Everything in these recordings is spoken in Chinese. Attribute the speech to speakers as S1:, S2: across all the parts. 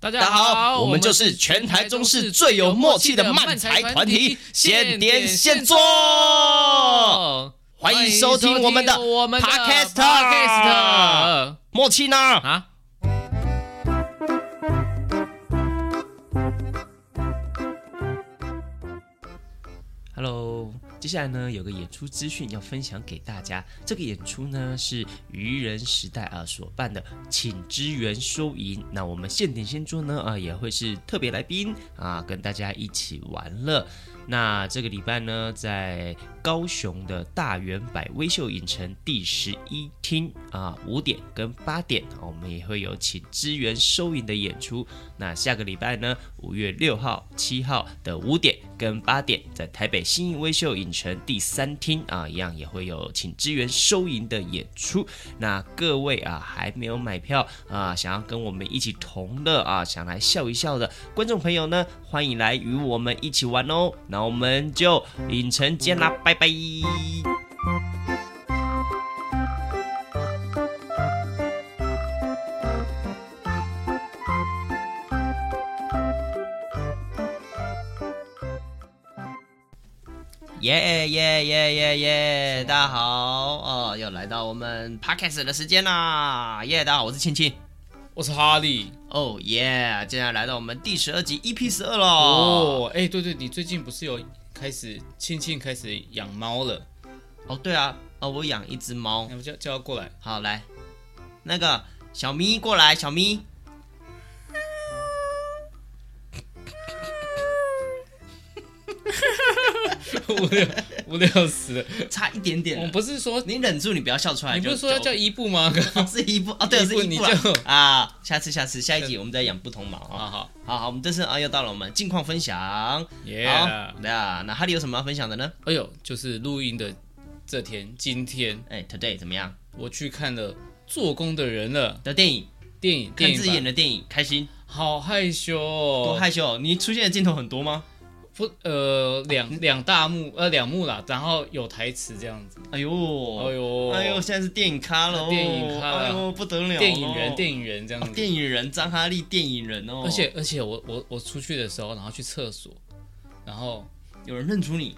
S1: 大
S2: 大家
S1: 家
S2: 好，
S1: 好，
S2: 我们就是全台中市最有默契的慢才团体，现点现做。
S1: 哦
S2: 欢迎收听我们的
S1: 我们的
S2: Podcast
S1: Podcast
S2: 默契呢？
S1: 啊。
S2: Hello，接下来呢有个演出资讯要分享给大家。这个演出呢是愚人时代啊所办的，请支援收银。那我们现点现做呢啊也会是特别来宾啊跟大家一起玩乐。那这个礼拜呢，在高雄的大圆柏微秀影城第十一厅啊，五点跟八点，啊我们也会有请支援收银的演出。那下个礼拜呢，五月六号、七号的五点跟八点，在台北新义微秀影城第三厅啊，一样也会有请支援收银的演出。那各位啊，还没有买票啊，想要跟我们一起同乐啊，想来笑一笑的观众朋友呢，欢迎来与我们一起玩哦。那我们就影城见啦，拜拜。耶耶耶耶耶！大家好哦，又来到我们 podcast 的时间啦！耶、大家好，我是青青。
S1: 我是哈利
S2: 哦耶！接下来来到我们第十二集 EP 十二喽。哦
S1: 哦，哎、对对，你最近不是有开始庆庆开始养猫了？
S2: 对啊，哦，我养一只猫。
S1: 那我叫叫它 过来，
S2: 好，来，那个小咪过来，小咪。
S1: 无聊无聊死 了。
S2: 差一点点
S1: 我
S2: 了
S1: 们。不是说
S2: 你忍住，你不要笑出来。
S1: 你不
S2: 哎就是
S1: 说要 叫伊布吗？
S2: 哦是一步哦，对，
S1: 伊
S2: 是
S1: 布
S2: 一
S1: 你
S2: 步啦
S1: 就
S2: 啊。下次，下次，下一集我们再养不同毛啊。
S1: 啊好，
S2: 好好，我们这次啊又到了我们近况分享。
S1: 耶、
S2: 好，那那哈利有什么要分享的呢？
S1: 哎呦，就是录音的这天，今天
S2: 哎，Today 怎么样
S1: 我去看了《做工的人》了，
S2: 的电影？
S1: 电影
S2: 看
S1: 电
S2: 自己演
S1: 影版，
S2: 的电影，开心
S1: 好害羞
S2: 多
S1: 哦，
S2: 害羞哦。你出现的镜头很多吗？
S1: 不呃两两大幕呃两幕啦，然后有台词这样子，
S2: 哎呦
S1: 哎，呦
S2: 哎呦，现在是电影咖喽，
S1: 电影咖
S2: 哎呦不得了哦，
S1: 电影人电影人这样
S2: 哦
S1: 子，
S2: 电影人张哈利电影人哦，
S1: 而且而且我我我出去的时候，然后去厕所，然后
S2: 有人认出你，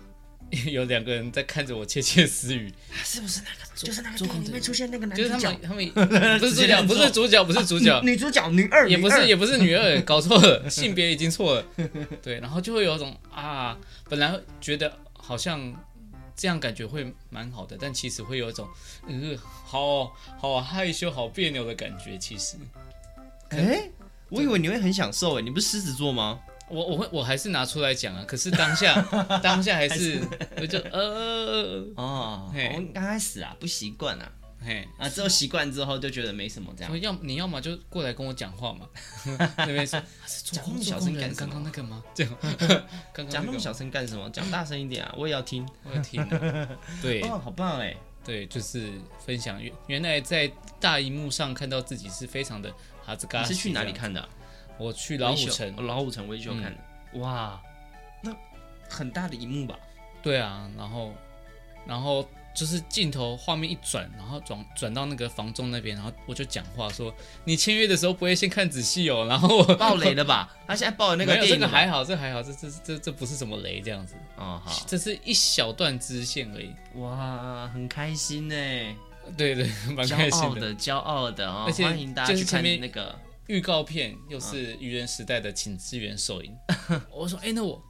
S1: 有两个人在看着我窃窃私语，
S2: 啊是不是那个？就是那个
S1: 做工
S2: 电
S1: 的
S2: 影里面出现那个男
S1: 就是他
S2: 主角
S1: 们，他们 不是主角，不是主角，不是主角，
S2: 女主角女 二，
S1: 也
S2: 女
S1: 不
S2: 二
S1: 是也不是女二，搞错了，性别已经错 了。对，然后就会有种啊，本来觉得好像这样感觉会蛮好的，但其实会有一种嗯、呃，好好害羞、好别扭的感觉。其实
S2: 哎、我以为你会很享受哎，你不是狮子座吗？
S1: 我我会我还是拿出来讲啊，可是当 下当下还是我就呃，
S2: 哦，
S1: 嘿
S2: 我刚开始啊不习惯啊，
S1: 嘿。
S2: 啊之后习惯之后就觉得没什么这样
S1: 我。要你要么就过来跟我讲话嘛， 那边说啊是做
S2: 讲那
S1: 工
S2: 么小
S1: 做
S2: 声
S1: 工人
S2: 干什
S1: 刚
S2: 么
S1: 刚那个吗？这 样刚刚
S2: 讲
S1: 那
S2: 那么
S1: 个
S2: 小声干什么？讲大声一点啊！我也要听。
S1: 我的天哪，对，
S2: 哦，好棒哎！
S1: 对，就是分享原原来在大荧幕上看到自己是非常的哈兹嘎。
S2: 你是去哪里？看的啊？
S1: 我去老虎
S2: 微
S1: 城嗯
S2: 秀，哦老虎城微秀看的。哇，那很大的一幕吧？
S1: 对啊，然后然后就是镜头画面一转，然后转转到那个房仲那边，然后我就讲话说，你签约的时候不会先看仔细哦，然后我
S2: 爆雷了 吧？他现在爆了那个
S1: 没有
S2: 电
S1: 这
S2: 影
S1: 个
S2: 了吧。
S1: 还好，这个还好，这这这这不是什么雷这样子，
S2: 哦好。
S1: 这是一小段支线而已，
S2: 哇，很开心呢，
S1: 对对，蛮开
S2: 骄傲
S1: 心的。
S2: 的，骄傲的哦！
S1: 而且
S2: 欢迎大家
S1: 就是
S2: 去看
S1: 前面
S2: 那个。
S1: 预告片又
S2: 嗯
S1: 是愚人时代的请支援首 映，我说哎、那我，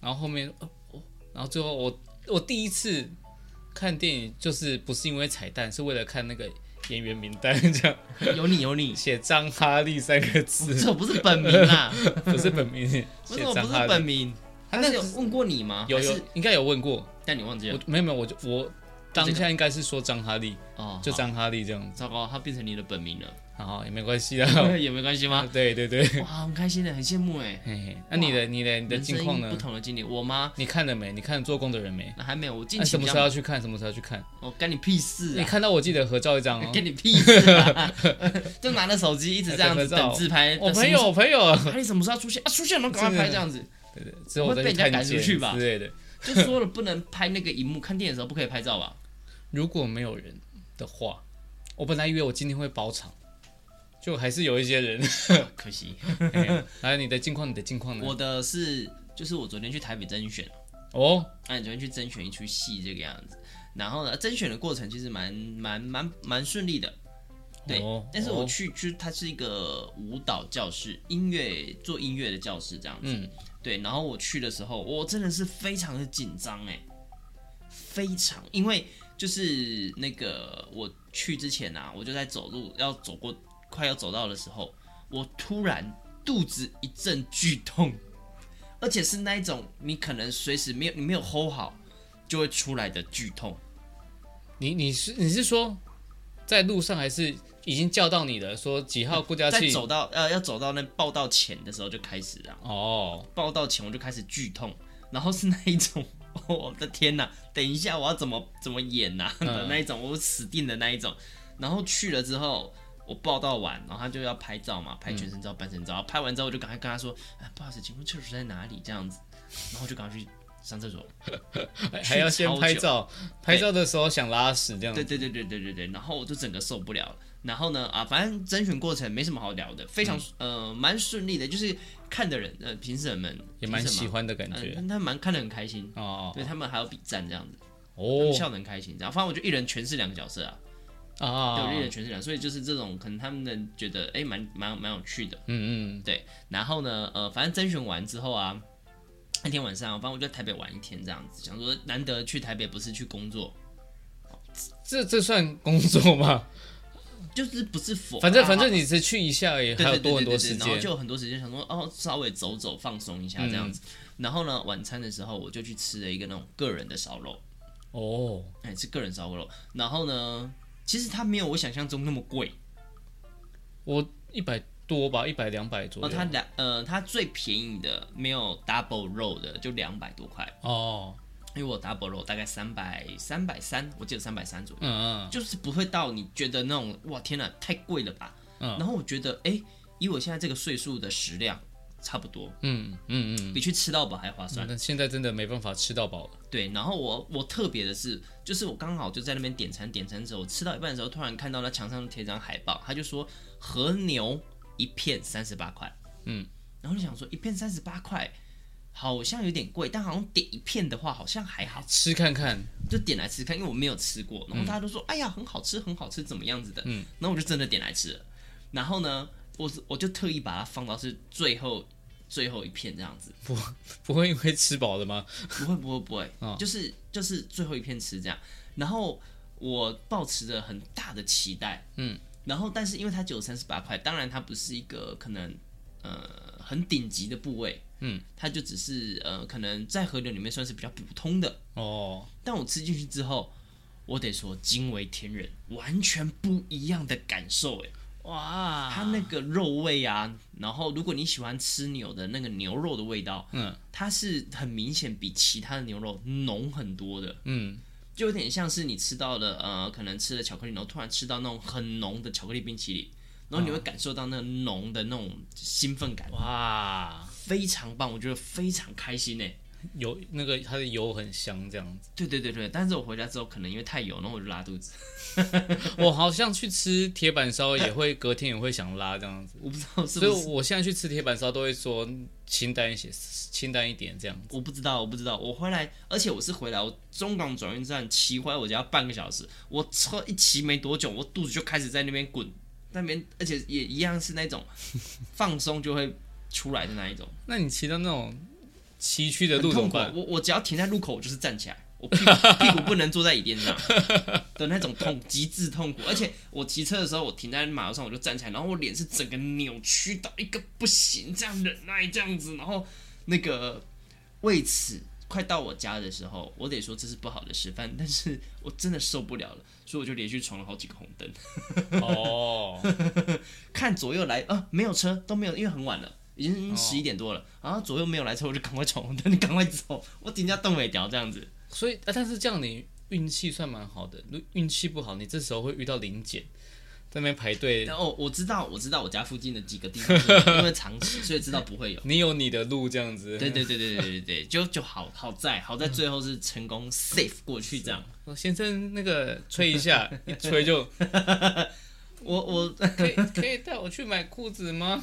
S1: 然后后面哦哦，然后最后我我第一次看电影就是不是因为彩蛋，是为了看那个演员名单，这样
S2: 有你有你，
S1: 写张哈利三个字，
S2: 这我不是本名 啦，
S1: 不是本名，写
S2: 为什么
S1: 张
S2: 不
S1: 哈
S2: 是本
S1: 利。
S2: 名？
S1: 他
S2: 他
S1: 啊那
S2: 是有问过你吗？
S1: 有
S2: 还
S1: 有
S2: 是，
S1: 应该有问过，
S2: 但你忘记了
S1: 我。没有没有，我就我当下应该是说张哈利，
S2: 哦，
S1: 就
S2: 好
S1: 张哈利这样子，
S2: 糟糕，他变成你的本名了，，
S1: 然后也没关系啊
S2: 也没关系吗？
S1: 对对 对，嘿
S2: 哇，很开心的，很羡慕哎。
S1: 嘿，那你的你的你的
S2: 人生
S1: 近况
S2: 不
S1: 呢？
S2: 同的经历，我吗？
S1: 你看了没？你看了做工的人没？
S2: 那还没有，我近
S1: 那哎
S2: 期
S1: 什
S2: 比
S1: 么
S2: 较
S1: 时候要去看？什么时候要去看？
S2: 我干你屁事
S1: 你
S2: 啊！
S1: 看到我记得合照一张哦。
S2: 干你屁事 啊！就拿着手机一直这样子
S1: 还在合照
S2: 等自拍。
S1: 我哦朋友，我朋友，
S2: 什么时候，哎，你什么时候要出现啊？出现了，赶快拍这样子。
S1: 对对，之后我再去
S2: 会被人家
S1: 看
S2: 赶出
S1: 见
S2: 去吧
S1: 之类的。
S2: 就说了不能拍那个荧幕，看电影的时候不可以拍照吧？
S1: 如果没有人的话，我本来以为我今天会包场，就还是有一些人。
S2: 可惜。
S1: 哎来，你的近况，你的近况呢？
S2: 我的是，就是我昨天去台北甄选，
S1: 哦，
S2: 哎，昨天去甄选一出戏这个样子。然后呢，甄选的过程其实蛮蛮蛮蛮顺利的，对。
S1: 哦
S2: 但是我
S1: 哦
S2: 去，就是它是一个舞蹈教室，音乐做音乐的教室这样子。
S1: 嗯，
S2: 对，然后我去的时候，我真的是非常的紧张哎，非常，因为就是那个我去之前啊，我就在走路要走过快要走到的时候，我突然肚子一阵剧痛，而且是那一种你可能随时没有你没有 hold 好就会出来的剧痛，
S1: 你你是你是说在路上还是已经叫到你了？说几号郭嘉
S2: 在
S1: 庆？
S2: 走到呃要走到那报道前的时候就开始了。
S1: 哦，
S2: 报道前我就开始剧痛，然后是那一种，我的天呐，等一下我要怎么怎么演呐、
S1: 嗯
S2: 的那一种，我死定的那一种。然后去了之后，我报道完，然后他就要拍照嘛，拍全身照、半身照。拍完之后，我就赶快跟他说，啊，不好意思，请问厕所在哪里？这样子，然后我就赶快去上厕所。
S1: 还还要先拍照，拍照的时候想拉屎这样
S2: 对。对对对对对对，然后我就整个受不了了。然后呢，啊，反正甄选过程没什么好聊的，非常、呃蛮顺利的，就是看的人呃评审们
S1: 也蛮
S2: 评审
S1: 喜
S2: 嘛
S1: 欢的感
S2: 嗯
S1: 觉、
S2: 他们蛮看得很开心。
S1: 哦
S2: 对他们还要比战这样子，嗯他们
S1: 哦
S2: 笑得很开心。然后反正我就一人诠释两个角色啊，对，我
S1: 啊
S2: 就一人诠释两个，所以就是这种可能他们觉得哎蛮蛮蛮有趣的。
S1: 嗯嗯
S2: 然后呢，呃，反正甄选完之后啊，那天晚上反正我就在台北玩一天这样子，想说难得去台北不是去工作，
S1: 这这算工作吗？
S2: 就是不是否，
S1: 反正
S2: 啊
S1: 反正你只去一下而已，
S2: 对
S1: 还有
S2: 对
S1: 多
S2: 对
S1: 很
S2: 对
S1: 多
S2: 对，
S1: 时
S2: 然后
S1: 间
S2: 就有很多时间想说哦，稍微走走放松一下这样子。
S1: 嗯
S2: 然后呢，晚餐的时候我就去吃了一个那种个人的烧肉，
S1: 哦。
S2: 哎，是个人烧肉。然后呢，其实它没有我想象中那么贵。
S1: 我一百多吧，一百两百左
S2: 哦，
S1: 右。
S2: 它两呃，它最便宜的没有 double roll 的就两百多块，
S1: 哦，
S2: 因为我 double roll 大概三百三百三，我记得三百三左右，
S1: 嗯
S2: 就是不会到你觉得那种哇天哪太贵了吧。
S1: 嗯
S2: 然后我觉得哎、诶以我现在这个岁数的食量差不多，
S1: 嗯嗯嗯嗯，
S2: 比去吃到饱还划算。
S1: 那现在真的没办法吃到饱了。
S2: 对，然后我我特别的是，就是我刚好就在那边点餐，点餐之后吃到一半的时候，突然看到那墙上贴一张海报，他就说和牛一片三十八块，
S1: 嗯，
S2: 然后就想说一片三十八块好像有点贵，但好像点一片的话好像还好，
S1: 吃看看，
S2: 就点来吃看，因为我没有吃过，然后大家都说、哎呀很好吃很好吃怎么样子的，嗯，然后我就真的点来吃了，然后呢，我是我就特意把它放到是最后最后一片这样子。
S1: 不会因为吃饱了吗？
S2: 不会不会不会，
S1: 嗯
S2: 就是就是最后一片吃这样。然后我抱持着很大的期待，
S1: 嗯，
S2: 然后但是因为它只有三十八块，当然它不是一个可能呃很顶级的部位，
S1: 嗯，
S2: 它就只是呃可能在河流里面算是比较普通的。
S1: 哦，
S2: 但我吃进去之后，我得说惊为天人，完全不一样的感受哎。
S1: 哇，
S2: 它那个肉味啊，然后如果你喜欢吃牛的那个牛肉的味道，
S1: 嗯
S2: 它是很明显比其他的牛肉浓很多的，
S1: 嗯
S2: 就有点像是你吃到了呃，可能吃了巧克力，然后突然吃到那种很浓的巧克力冰淇淋，然后你会感受到那个浓的那种兴奋感，
S1: 哇，
S2: 非常棒，我觉得非常开心呢。欸
S1: 油那个它的油很香，这样子。
S2: 对对对对，但是我回家之后可能因为太油，然后我就拉肚子，
S1: 我好像去吃铁板烧也会隔天也会想拉这样子，
S2: 我不知道 是
S1: 所以
S2: 不是，
S1: 我现在去吃铁板烧都会说清淡一些，清淡一点这样。
S2: 我不知道，我不知道，我回来，而且我是回来，我中港转运站骑回来我家半个小时，我车一骑没多久，我肚子就开始在那边滚，那边而且也一样是那种放松就会出来的那一种。
S1: 那你骑到那种崎岖的
S2: 很
S1: 路怎
S2: 痛
S1: 么
S2: 苦。啊
S1: 办？
S2: 我我只要停在路口，我就是站起来，我屁股屁股不能坐在 椅垫上的那种痛，极致痛苦。而且我骑车的时候，我停在马路上，我就站起来，然后我脸是整个扭曲到一个不行，这样忍耐这样子，然后那个为此。快到我家的时候，我得说这是不好的示范，但是我真的受不了了，所以我就连续闯了好几个红灯，
S1: 哦，
S2: 看左右来啊，没有车都没有，因为很晚了，已
S1: 哦
S2: 经十一点多了，然后左右没有来车，我就赶快闯红灯，你赶快走，我顶下动尾条这样子，
S1: 所以啊，但是这样你运气算蛮好的，如运气不好，你这时候会遇到零检，在那边排队，
S2: 然后哦我知道，我知道我家附近的几个地方是因为长期，所以知道不会有。
S1: 你有你的路这样子。
S2: 对对对对对对对，就就好好在好在最后是成功 safe 过去这样，
S1: 说先生那个吹一下，一吹就
S2: 我我
S1: 可以可以带我去买裤子吗？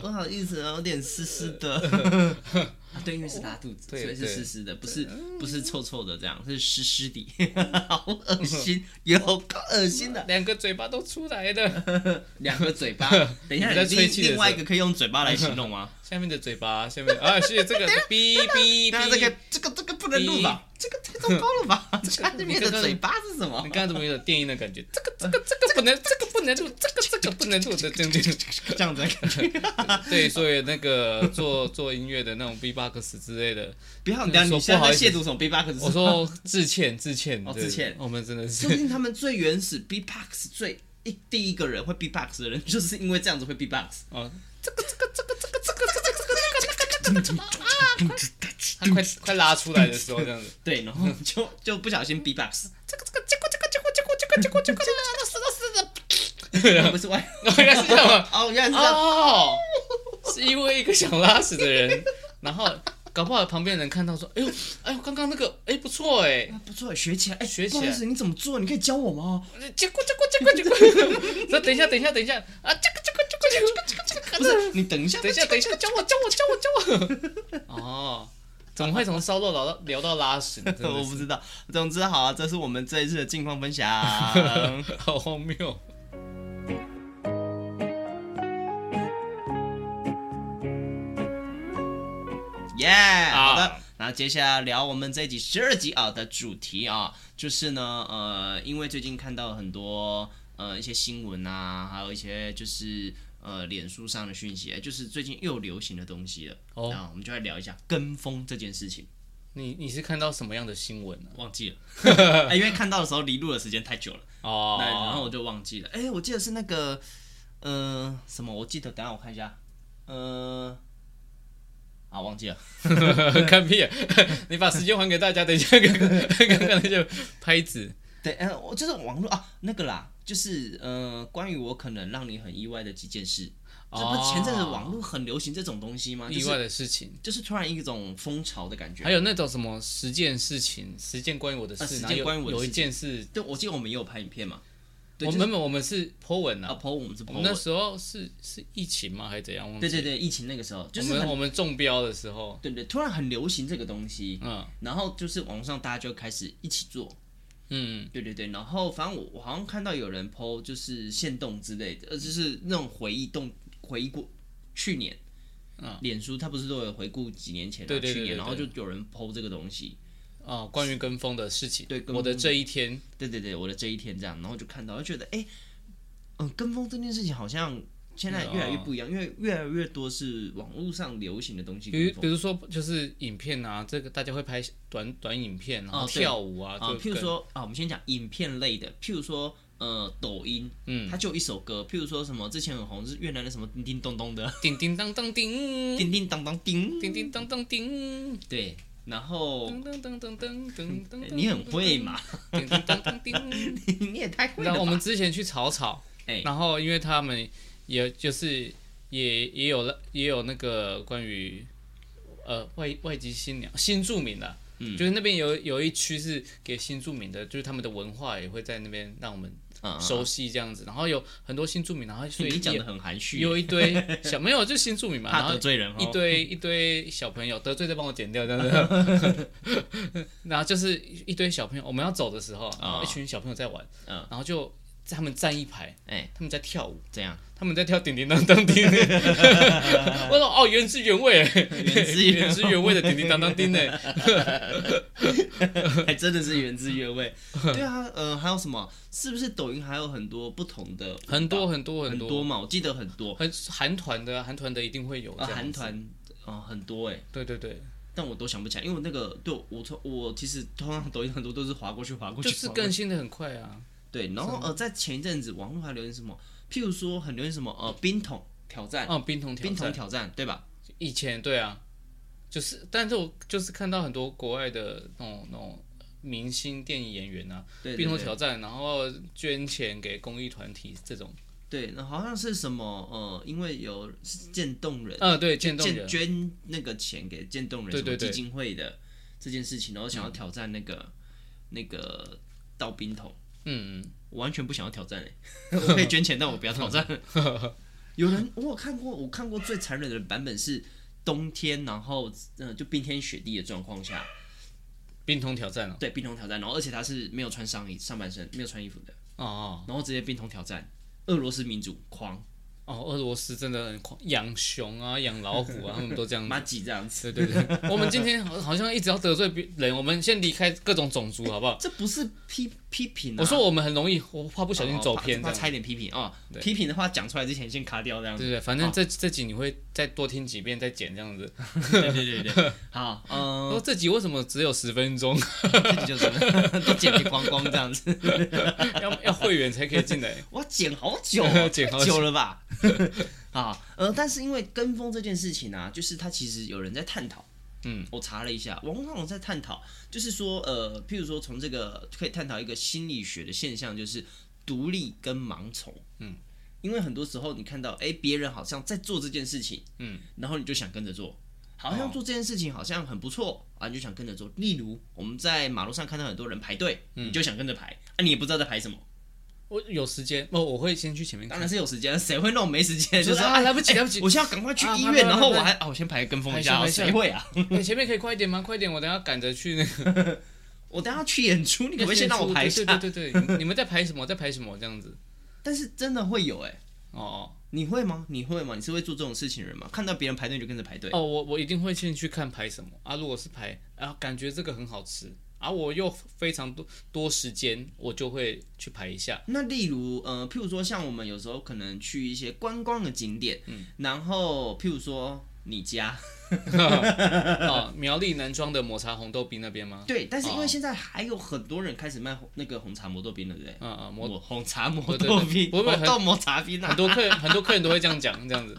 S2: 不好意思啊，有点湿湿的。啊，对，因为是拉肚子，所
S1: 对
S2: 以是
S1: 对嗯
S2: 湿湿的，不是不是臭臭的这样，是湿湿的， 好恶心，有够恶心的。
S1: 两个嘴巴都出来了，
S2: 两个嘴巴，等一下，
S1: 你在
S2: 另
S1: 吹气的时候
S2: 另外一个可以用嘴巴来形容 吗？
S1: 下面的嘴巴，下面啊，是 这个哔哔
S2: 那这个
S1: 哔。
S2: 这个这个不能录吧？这个太糟糕了吧？ 它里面的嘴巴是什么
S1: 你？刚刚怎么有点电音的感觉？这个这个这个不能，这个不能录，这个这个不能录的，对对
S2: 这样子的感 觉，
S1: 对，所以那个做 做音乐的那种 B-box 之类的，
S2: 不要，等一下
S1: 说
S2: 你现
S1: 不
S2: 在
S1: 好
S2: 在
S1: 意思
S2: 亵渎什么 B-box？
S1: 我说致歉致歉，
S2: 哦
S1: 对
S2: 致歉
S1: 我们真的是
S2: 说不定他们最原始 B-box 最一第一个人会 B-box 的人，就是因为这样子会 B-box。
S1: 哦，这个这个这个这个这个这个这个这个这个这个啊，快快拉出来的时候这样子，
S2: 对，然后就就不小心 B-box，
S1: 这个这个结果这个结果结果结果结果结果
S2: 不是外
S1: 原来是这样吗？
S2: 哦，原来是这 样。
S1: 哦，是因为一个想拉屎的人，然后搞不好旁边的人看到说，哎呦哎呦，刚刚那个哎不错哎，
S2: 啊不错，学起来，哎，
S1: 学起
S2: 不
S1: 来
S2: 好意思，你怎么做？你可以教我吗？
S1: 结果结果结果结果，说等一下等一下等一下啊，这个这个这个这个这个这个
S2: 不是，你等一下，
S1: 等一下，等一下，教我，教我，教我，教 我。哦，怎么会从烧肉聊到聊到拉屎呢？真
S2: 我
S1: 的
S2: 不
S1: 是
S2: 知道。总之，好啊，这是我们这一次的近况 分享。
S1: 好荒谬。
S2: 耶、
S1: 啊
S2: 好的，那接下来聊我们这一集十二集啊的主题啊，就是呢，呃，因为最近看到很多呃一些新闻啊，还有一些就是呃脸书上的讯息，哎就是最近又流行的东西了。
S1: 哦
S2: 那我们就来聊一下跟风这件事情。
S1: 你你是看到什么样的新闻呢、
S2: 忘 记了，哎因为看到的时候离录的时间太久了，
S1: 哦
S2: 那然后我就忘记了。哎、我记得是那个，呃，什么？我记得，等一下我看一下，呃，啊，忘记了。
S1: 看屁、啊！你把时间还给大家，等一下 刚刚刚刚那些拍子
S2: 对，呃，我就是网络啊，那个啦，就是呃，关于我可能让你很意外的几件事。这不
S1: 哦
S2: 前阵子网络很流行这种东西吗？
S1: 意外的事情，
S2: 啊就是，就是突然一种风潮的感觉。
S1: 还有那种什么十件事情，十件关于我的
S2: 啊
S1: 事，
S2: 十
S1: 然
S2: 件
S1: 后有
S2: 关于我的
S1: 有一
S2: 事
S1: 件事，
S2: 对，我记得我们也有拍影片嘛。对，
S1: 我
S2: 就是
S1: 们没有我们是 po 文
S2: 啊
S1: 啊，
S2: ，PO 我们是 PO
S1: 我们那
S2: 文。
S1: 时候是是疫情吗？还是怎样？忘记
S2: 对对对，疫情那个时候，就
S1: 我
S2: 是
S1: 们
S2: 很
S1: 我们中标的时候，
S2: 对对，突然很流行这个东西，
S1: 嗯
S2: 然后就是网上大家就开始一起做。
S1: 嗯，
S2: 对对对，然后反正我我好像看到有人 PO 就是线动之类的，呃，就是那种回忆动回忆过去年，
S1: 嗯
S2: 脸书它不是都有回顾几年前、啊、
S1: 对对对
S2: 去
S1: 对
S2: 年，
S1: 对
S2: 然后就有人 PO 这个东西，
S1: 哦，关于跟风的事情，
S2: 对跟风
S1: 我的这一天，
S2: 对对对，我的这一天这样，然后就看到就觉得，哎，嗯，跟风这件事情好像现在越来
S1: 嗯
S2: 越
S1: 哦
S2: 不一样，因为越来越多是网络上流行的东西
S1: 比
S2: 跟
S1: 如比
S2: 风
S1: 如说就是影片啊，这个大家会拍短短影片，然后
S2: 哦对
S1: 跳舞啊，
S2: 啊、
S1: 就
S2: 譬如
S1: 跟
S2: 说啊，我们先讲影片类的，譬如说。呃，抖音，
S1: 嗯
S2: 它就有一首歌，譬如说什么之前很红是越南的什么叮叮咚咚的，
S1: 叮叮当当叮，
S2: 叮哦叮当当叮，
S1: 叮叮当当叮，
S2: 对，然后
S1: 噔噔噔噔噔噔噔，
S2: 哎你很会嘛，
S1: 叮叮当当叮。
S2: 你也太会
S1: 然
S2: 了
S1: 后我
S2: 吧。
S1: 们之前去草草，
S2: 哎
S1: 然后因为他们也就是也也有了也有那个关于呃外外籍新娘新住民的、啊
S2: 嗯
S1: 就是那边有有一区是给新住民的，就是他们的文化也会在那边让我们
S2: 嗯嗯
S1: 熟悉这样子。然后有很多新住民，然后所以
S2: 你讲的
S1: 也
S2: 很含蓄，
S1: 有一堆小没有就新住民嘛，然
S2: 怕
S1: 后
S2: 得罪人
S1: 一
S2: 哦。
S1: 堆一堆小朋友得罪再帮我剪掉这样子， 然后就是一堆小朋友，我们要走的时候，然后一群小朋友在玩，
S2: 啊嗯
S1: 然后就他们站一排，
S2: 哎，
S1: 他们在跳舞，
S2: 这样
S1: 他们在跳叮叮当当叮， 我说哦原汁原味，
S2: 原汁原味
S1: 原汁原味的叮叮当当叮呢，
S2: 还真的是原汁原味。 对啊，呃，还有什么？是不是抖音还有很多不同的舞蹈？
S1: 很多很多
S2: 很
S1: 多，
S2: 嘛，我记得很多。
S1: 很韩团的韩团的一定会有，
S2: 啊，
S1: 这样
S2: 韩
S1: 子，
S2: 团啊，很多哎，
S1: 对对对，
S2: 但我都想不起来，因为我那个对我从我其实通常抖音很多都是划过去划过去，
S1: 就是
S2: 划啊过去
S1: 更新的很快啊，
S2: 对。然后呃，在前一阵子网络还流行什么？譬如说很流行什么呃冰桶挑战，
S1: 哦冰桶挑
S2: 冰桶
S1: 战，
S2: 挑战对吧？
S1: 以前对啊，就是，但是我就是看到很多国外的那种那种明星电影演员啊，
S2: 对，对
S1: 冰桶
S2: 对
S1: 挑战，然后捐钱给公益团体这种，
S2: 对，那好像是什么呃，因为有是渐冻人，
S1: 嗯、对，渐冻
S2: 渐
S1: 人，
S2: 捐那个钱给渐冻人
S1: 对
S2: 什么
S1: 对对
S2: 基金会的这件事情，然后想要挑战那个、那个倒冰桶，
S1: 嗯，
S2: 我完全不想要挑战 哎、我可以捐钱，但我不要挑战。有人我有看过，我看过最残忍的版本是冬天，然后嗯、呃就冰天雪地的状况下，
S1: 冰桶挑战哦，
S2: 对冰桶挑战，然后而且他是没有穿上衣上半身，没有穿衣服的，
S1: 哦哦
S2: 然后直接冰桶挑战。俄罗斯民主狂
S1: 哦，俄罗斯真的很狂，养熊啊，养老虎 啊，他们都这样子
S2: 马。吉这样子，
S1: 对对对，我们今天好好像一直要得罪别人，我们先离开各种种族好不好？
S2: 这不是批批评、啊。
S1: 我说我们很容易，我怕不小心走偏
S2: 哦
S1: 这
S2: 怕怕
S1: 样。
S2: 差一点批评哦。批评的话讲出来之前先卡掉这样
S1: 对
S2: 子。
S1: 对，对反正这这集你会再多听几遍，再剪这样子。
S2: 对对对对， 好，嗯，
S1: 然后这集为什么只有十分钟？
S2: 自己就是 都剪得光光这样子。
S1: 要要会员才可以进来。，
S2: 哇，剪好久、哦
S1: 剪好
S2: 太
S1: 久
S2: 久了吧？ 啊，呃，但是因为跟风这件事情啊，就是它其实有人在探讨。
S1: 嗯，
S2: 我查了一下，网络上有在探讨，就是说，呃，譬如说从这个可以探讨一个心理学的现象，就是独立跟盲从。嗯，因为很多时候你看到，哎、别人好像在做这件事情，
S1: 嗯，哦
S2: 然后你就想跟着做，好像做这件事情好像很不错、啊，你就想跟着做。例如我们在马路上看到很多人排队，
S1: 嗯
S2: 你就想跟着排，啊，你也不知道在排什么。
S1: 我有时间，不，我会先去前面
S2: 当
S1: 看
S2: 然。是有时间，谁会那种没时 间？
S1: 就
S2: 就是是哎
S1: 啊来不及来不及
S2: 我现在赶快去
S1: 啊
S2: 医
S1: 拍
S2: 院，
S1: 拍
S2: 然后
S1: 拍
S2: 我
S1: 拍
S2: 还啊，我先排跟风一
S1: 拍
S2: 下，
S1: 一下
S2: 谁会啊？
S1: 你前面可以快一点吗？快一点，我等下赶着去那个。
S2: 我等下去演出，你可不可以先让我排一
S1: 对
S2: 下？
S1: 对对对，你你们在排什么？在排什么？这样子。
S2: 但是真的会有哎、
S1: 哦哦
S2: 你会吗？你会吗？你是会做这种事情的人吗？看到别人排队你就跟着排队，
S1: 哦，我我一定会先去看排什么啊。如果是排啊，感觉这个很好吃啊，我又非常多多时间，我就会去排一下。
S2: 那例如，呃，譬如说，像我们有时候可能去一些观光的景点，
S1: 嗯
S2: 然后譬如说你 家，
S1: 哦，苗栗南庄的抹茶红豆冰那边吗？
S2: 对，但是因为
S1: 哦
S2: 现在还有很多人开始卖红那个红茶磨豆冰了，对不对？
S1: 嗯嗯，抹
S2: 磨红茶磨
S1: 对对
S2: 豆
S1: 对
S2: 冰，
S1: 不会
S2: 红
S1: 很
S2: 豆磨茶冰
S1: 很
S2: 啊！
S1: 多客人很多客人都会这样讲，这样子。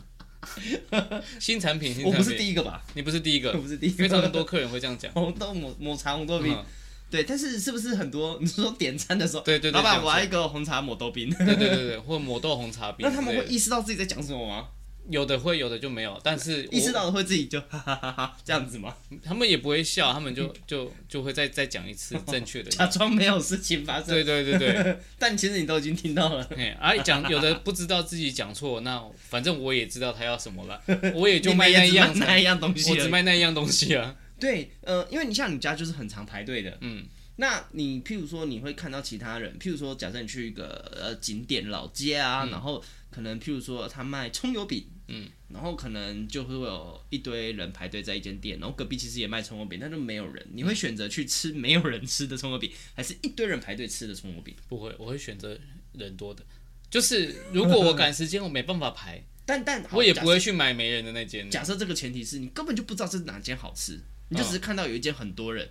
S1: 新产品，新
S2: 我不
S1: 产
S2: 是
S1: 品，
S2: 第一个吧？
S1: 你不是第一个
S2: 我，不是第一个，
S1: 非常多客人会这样 讲。
S2: 红豆抹抹茶红豆冰。
S1: 嗯
S2: 对，但是是不是很多？你说点餐的时候，
S1: 对对对
S2: 老
S1: 这样
S2: 板，
S1: 子
S2: 我要一个红茶抹豆冰。
S1: 对对对对，或抹豆红茶冰
S2: 那
S1: 之类
S2: 他
S1: 的。
S2: 们会意识到自己在讲什么吗？
S1: 有的会，有的就没有。但是我
S2: 意识到的会自己就哈哈哈哈这样子吗？
S1: 他们也不会笑，他们就就就会再再讲一次正确的。
S2: 假装没有事情发生，
S1: 对对对对，
S2: 但其实你都已经听到了。
S1: 嘿啊讲有的不知道自己讲错，那反正我也知道他要什么了，我也就
S2: 你们
S1: 卖
S2: 也
S1: 那
S2: 只
S1: 样
S2: 卖那
S1: 子，
S2: 一样东
S1: 我
S2: 西
S1: 只
S2: 而已。
S1: 卖那样东西啊。
S2: 对，呃，因为你像你家就是很常排队的，
S1: 嗯，
S2: 那你譬如说你会看到其他人，譬如说假设你去一个呃景点老街啊，
S1: 嗯
S2: 然后可能譬如说他卖葱油饼，嗯，然后可能就会有一堆人排队在一间店，然后隔壁其实也卖葱油饼，但就没有人，
S1: 嗯
S2: 你会选择去吃没有人吃的葱油饼，还是一堆人排队吃的葱油饼？
S1: 不会，我会选择人多的。就是如果我赶时间，我没办法排，
S2: 但但好
S1: 我也
S2: 假
S1: 不会去买没人的那间。
S2: 假设这个前提是你根本就不知道这是哪间好吃，你就只是
S1: 嗯
S2: 看到有一间很多人，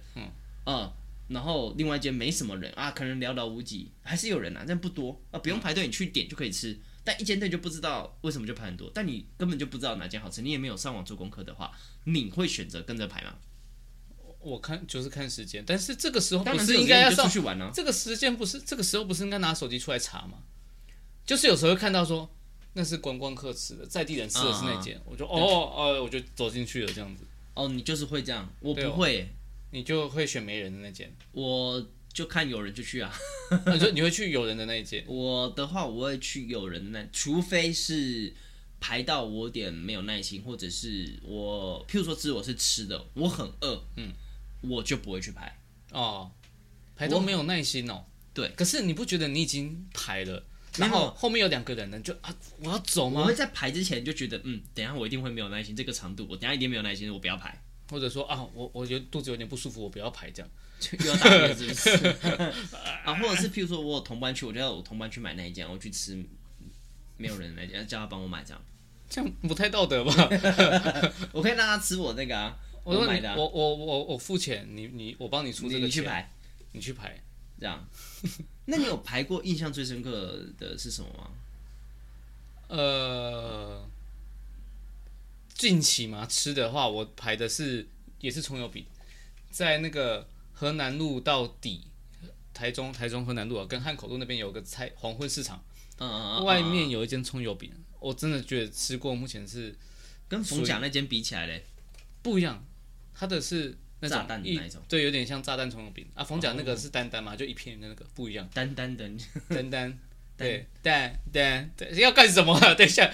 S2: 嗯然后另外一间没什么人啊，可能寥寥无几，还是有人啊，但不多啊，不用排队，你去点就可以吃。但一间店就不知道为什么就排很多，但你根本就不知道哪间好吃，你也没有上网做功课的话，你会选择跟着排吗？
S1: 我看就是看时间，但是这个时候
S2: 当
S1: 不
S2: 然
S1: 是应该要
S2: 就出
S1: 上
S2: 去玩啊。
S1: 这个时间不是这个时候不是应该拿手机出来查吗？就是有时候会看到说那是观光客吃的，在地人吃的是那
S2: 啊
S1: 间，我就哦哦，我就走进去了这样子，
S2: 哦，你就是会这样，我
S1: 对哦
S2: 不会，
S1: 你就会选没人的那间，
S2: 我就看有人就去啊。
S1: 你就你会去有人的那一间。
S2: 我的话，我会去有人那，除非是排到我有点没有耐心，或者是我，譬如说，吃我是吃的，我很饿，嗯，我就不会去排。
S1: 哦，排都没有耐心哦。
S2: 对，
S1: 可是你不觉得你已经排了，
S2: 没
S1: 然
S2: 有
S1: 后后面有两个人呢，你就啊，我要走
S2: 我
S1: 吗
S2: 会？在排之前就觉得，嗯，等一下我一定会没有耐心，这个长度，我等一下一定没有耐心，我不要 排，
S1: 或者说啊，我我觉得肚子有点不舒服，我不要排这样。
S2: 就又要打嗝是不是？ 啊，或者是譬如说我有同班去，我就要我同班去买那一件，我去吃没有人的那一件，叫他帮我买 这样，
S1: 这样不太道德吧？
S2: 我可以让他吃 我那个啊，
S1: 我说
S2: 买
S1: 你
S2: 的、啊，
S1: 我我我我付钱，你你我帮你出
S2: 你
S1: 这个
S2: 你去
S1: 钱，
S2: 排。
S1: 你去排。
S2: 这样。 那你有排过印象最深刻的是什么吗？
S1: 呃，近期嘛吃的话，我排的是也是葱油饼，在那个河南路到底，台中台中河南路啊，跟汉口路那边有个菜黄昏市场，
S2: 嗯嗯嗯，
S1: 外
S2: 嗯
S1: 面有一间葱油饼，我真的觉得吃过，目前是
S2: 跟冯甲那间比起来嘞，
S1: 不一样，它的是那种
S2: 炸弹的
S1: 一
S2: 那一种哦
S1: 对，有点像炸弹葱油饼啊。冯甲那个是单单嘛，就一片的那个不 一样，
S2: 单单的，
S1: 单单。对，蛋蛋对，要干什么啊？ 等一下，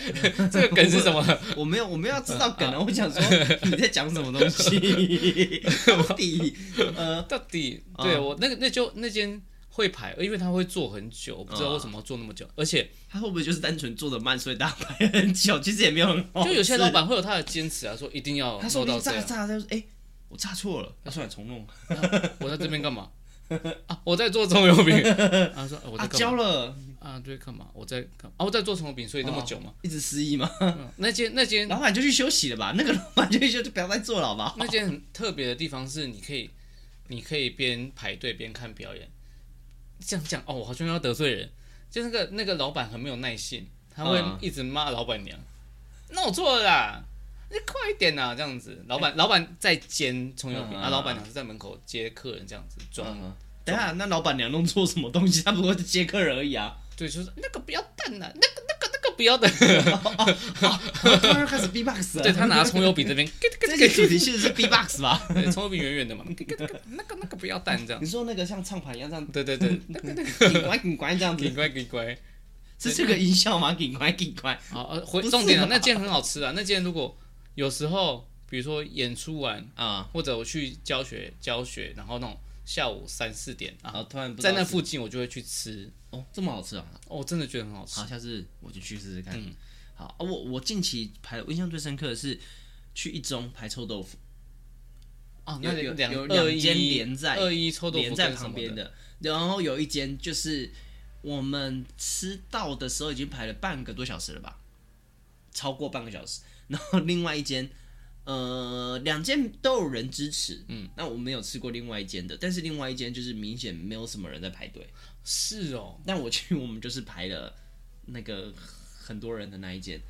S1: 这个梗是什么？
S2: 我没有我没有要知道 梗啊，我想说你在讲什么东西？到底呃，
S1: 到底对我那个那就那间会排，因为他会做很久，我不知道为什么要做那么
S2: 哦
S1: 久，而且
S2: 他会不会就是单纯做的慢，所以大家排很久？其实也没有很好吃，
S1: 就有些老板会有他的坚持啊，说一定要
S2: 他说
S1: 做
S2: 不
S1: 到
S2: 定
S1: 这
S2: 炸
S1: 样。啊
S2: 炸，他就说哎，我炸错了，那算了重弄，
S1: 我在这边干嘛？啊，我在做葱油 饼。啊，他说呃我
S2: 啊
S1: 在干
S2: 焦
S1: 嘛？
S2: 了，
S1: 啊，对，干嘛？我在干嘛？啊，我在做葱油饼，所以那么久嘛。
S2: 一直失忆吗？
S1: 嗯那间那间
S2: 老板就去休息了吧，那个老板就去休，就不要再做了，好不好？
S1: 那间很特别的地方是，你可以，你可以边排队边看表演。这样讲哦，我好像要得罪人。就那个那个老板很没有耐心，他会
S2: 嗯
S1: 一直骂老板娘。那我错了啦，你快一点呐、这样子。老板老板在煎葱油饼，
S2: 嗯
S1: 啊，老板娘是在门口接客人这样子装。
S2: 嗯等一下，那老板娘弄错什么东西？她不过是接客人而 已啊！
S1: 对，就是那个不要蛋呐、那个那个那个不要蛋。
S2: 突然开始 B box 了。
S1: 对他拿葱油饼这边，
S2: 这些主题其实是 B box 吧？
S1: 对葱油饼圆圆的嘛，那个那个不要蛋这样
S2: 你。说那个像唱盘一样这 样
S1: 对对对，
S2: 顶乖顶乖这样
S1: 给
S2: 子，
S1: 乖给乖。
S2: 是这个音效吗？顶乖顶乖，
S1: 好，呃，回
S2: 不是
S1: 重点了，
S2: 吧
S1: 那间很好吃啊。那间如果有时候，比如说演出完，
S2: 啊！
S1: 或者我去教学教学，然后那种下午三四点
S2: 然后
S1: 啊，
S2: 突然不知
S1: 在
S2: 道
S1: 那
S2: 是
S1: 附近我就会去吃。
S2: 哦，这么好吃啊！
S1: 哦，真的觉得很好吃
S2: 好，。下次我就去试试看。
S1: 嗯
S2: 好，啊、我我近期排我印象最深刻的是去一中排臭豆腐，
S1: 哦，
S2: 有
S1: 那
S2: 有
S1: 两
S2: 有
S1: 二
S2: 两
S1: 一
S2: 间连在
S1: 二一臭豆腐
S2: 连在
S1: 跟什么
S2: 旁边
S1: 的，
S2: 的，然后有一间就是我们吃到的时候已经排了半个多小时了吧，超过半个小时。然后另外一间，呃，两间都有人支持，嗯，那我没有吃过另外一间的，但是另外一间就是明显没有什么人在排队。
S1: 是哦，
S2: 但我去，我们就是排了那个很多人的那一间。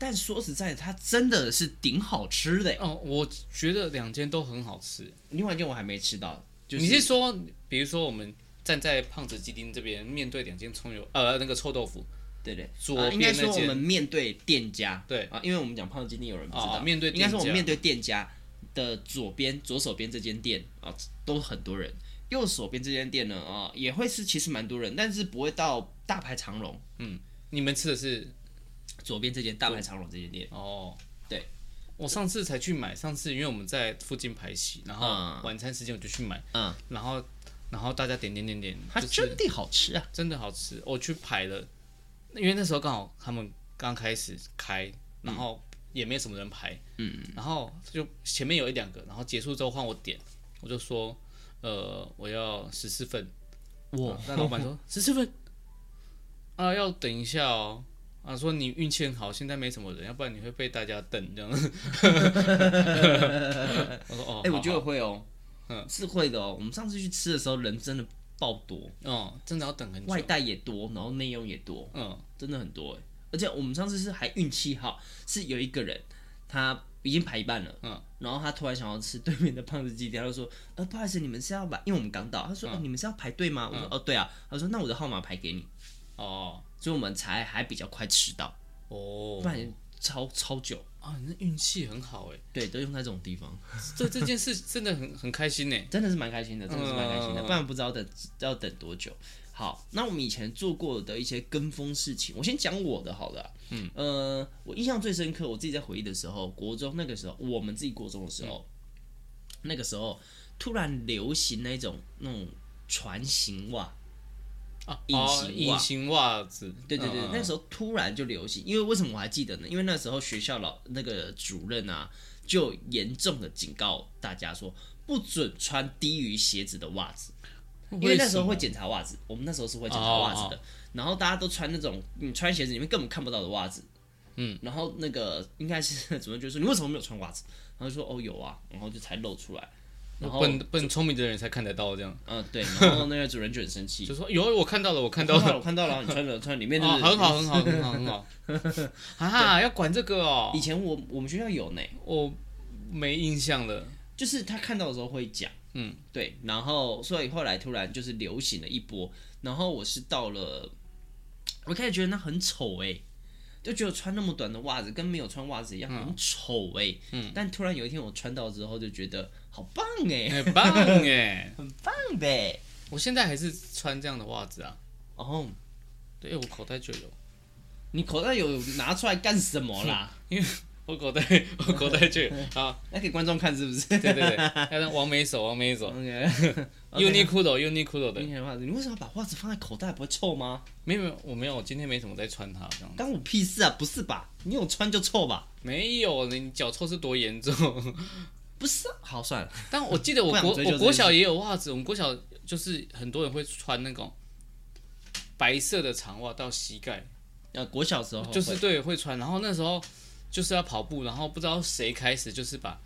S2: 但说实在的，它真的是顶好吃的耶。
S1: 哦，我觉得两间都很好吃。
S2: 另外一间我还没吃到，就是
S1: 你是说，比如说我们站在胖子鸡丁这边，面对两间葱油呃那个臭豆腐，
S2: 对对，
S1: 左
S2: 啊应该
S1: 边那
S2: 说我
S1: 间
S2: 们面对店家，
S1: 对
S2: 啊，因为我们讲胖子今天有人不知
S1: 哦
S2: 道，
S1: 面对
S2: 应该说我
S1: 店家
S2: 们面对店家的左边左手边这间店啊，都很多人。右手边这间店呢，啊，也会是其实蛮多人，但是不会到大排长龙。
S1: 你们吃的是
S2: 左边这间大排长龙这间店，
S1: 哦，
S2: 对，
S1: 我上次才去买，上次因为我们在附近排戏，然后
S2: 嗯
S1: 晚餐时间我就去买，
S2: 嗯，
S1: 然后然后大家点点点点，
S2: 它
S1: 就是
S2: 真的好吃啊！
S1: 真的好吃，我去排了，因为那时候刚好他们刚开始开，然
S2: 嗯
S1: 后也没什么人排，嗯，然后就前面有一两个，然后结束之后换我点，我就说，呃，我要十四份，
S3: 哇，
S1: 那老 板说十四分啊，要等一下哦。啊，说你运气很好，现在没什么人，要不然你会被大家瞪这样。 我说哦，
S2: 哎、我觉
S1: 得，
S2: 得会哦，是会的哦。我们上次去吃的时候，人真的爆多，
S1: 哦，真的要等很久
S2: 外。带也多，然后内用也多，
S1: 嗯，
S2: 真的很多哎。而且我们上次是还运气好，是有一个人他已经排一半了，
S1: 嗯，
S2: 然后他突然想要吃对面的胖子鸡丁，他就说，呃，不好意思，你们是要买，因为我们刚到，他
S1: 嗯
S2: 说，哦，你们是要排队吗？我说，哦，对啊，他说，那我的号码牌给你，
S1: 哦，
S2: 所以我们才还比较快吃到，
S1: 哦
S2: 不，然超超久。
S1: 啊，你那运气很好哎，
S2: 对，都用在这种地方，
S1: 对这件事真的很很开心呢。
S2: 真的是蛮开心的，真的是蛮开心的，
S1: 嗯
S2: 不然不知道等要等多久。好，那我们以前做过的一些跟风事情，我先讲我的好了啊、嗯，呃，我印象最深刻，我自己在回忆的时候，国中那个时候，我们自己国中的时候，
S1: 嗯
S2: 那个时候突然流行那种那种船型袜，
S1: 啊，
S2: 隐
S1: 哦
S2: 形袜
S1: 隐形袜子，
S2: 对对对，
S1: 嗯
S2: 那时候突然就流行，因为为什么我还记得呢？因为那时候学校老那个主任啊，就严重的警告啊大家说，不准穿低于鞋子的袜子，因为那时候会检查袜子，我们那时候是会检查袜子
S1: 哦
S2: 的，然后大家都穿那种你穿鞋子里面根本看不到的袜子，嗯，然后那个应该是主任就说你为什么没有穿袜子？然后就说哦有啊，然后就才露出来，然后
S1: 笨笨聪明的人才看得到这样，
S2: 嗯、对，然后那个主任就很生气，
S1: 就说有我看到了，我看
S2: 看
S1: 到
S2: 到
S1: 了，
S2: 了我看到了，你穿了穿里面就
S1: 哦，
S2: 是
S1: 很好很好很好很好，啊，要管这个哦
S2: 以，前我我们学校有呢。
S1: 我没印象了。
S2: 就是他看到的时候会讲，嗯，对，然后所以后来突然就是流行了一波，然后我是到了，我开始觉得那很丑哎、就觉得穿那么短的袜子跟没有穿袜子一样很丑哎、嗯。但突然有一天我穿到之后就觉得好棒哎、
S1: 很棒 哎！
S2: 很棒呗。
S1: 我现在还是穿这样的袜子啊，
S2: 哦，
S1: 对，哎我口袋就有，
S2: 你口袋有拿出来干什么啦？
S1: 因为我口袋 我口袋 就有啊，
S2: 那给观众看是不是？
S1: 对对对，要让王美手王美手
S2: OK，
S1: ，Uniqlo Uniqlo 的
S2: 你，袜 子，你为什么要把袜子放在口袋？不会臭吗？
S1: 没有没有，我没有，我今天没怎么在穿它这样，
S2: 干我屁事啊！不是吧？你有穿就臭吧？
S1: 没有，你脚臭是多严重？
S2: 不是啊，好算了，
S1: 但我记得我
S2: 不想
S1: 国
S2: 追究
S1: 我
S2: 这
S1: 国
S2: 件事
S1: 小也有袜子，我们国小就是很多人会穿那种白色的长袜到膝盖，
S2: 呃，国小时候会
S1: 就是对会穿。然后那时候就是要跑步，然后不知道谁开始就是把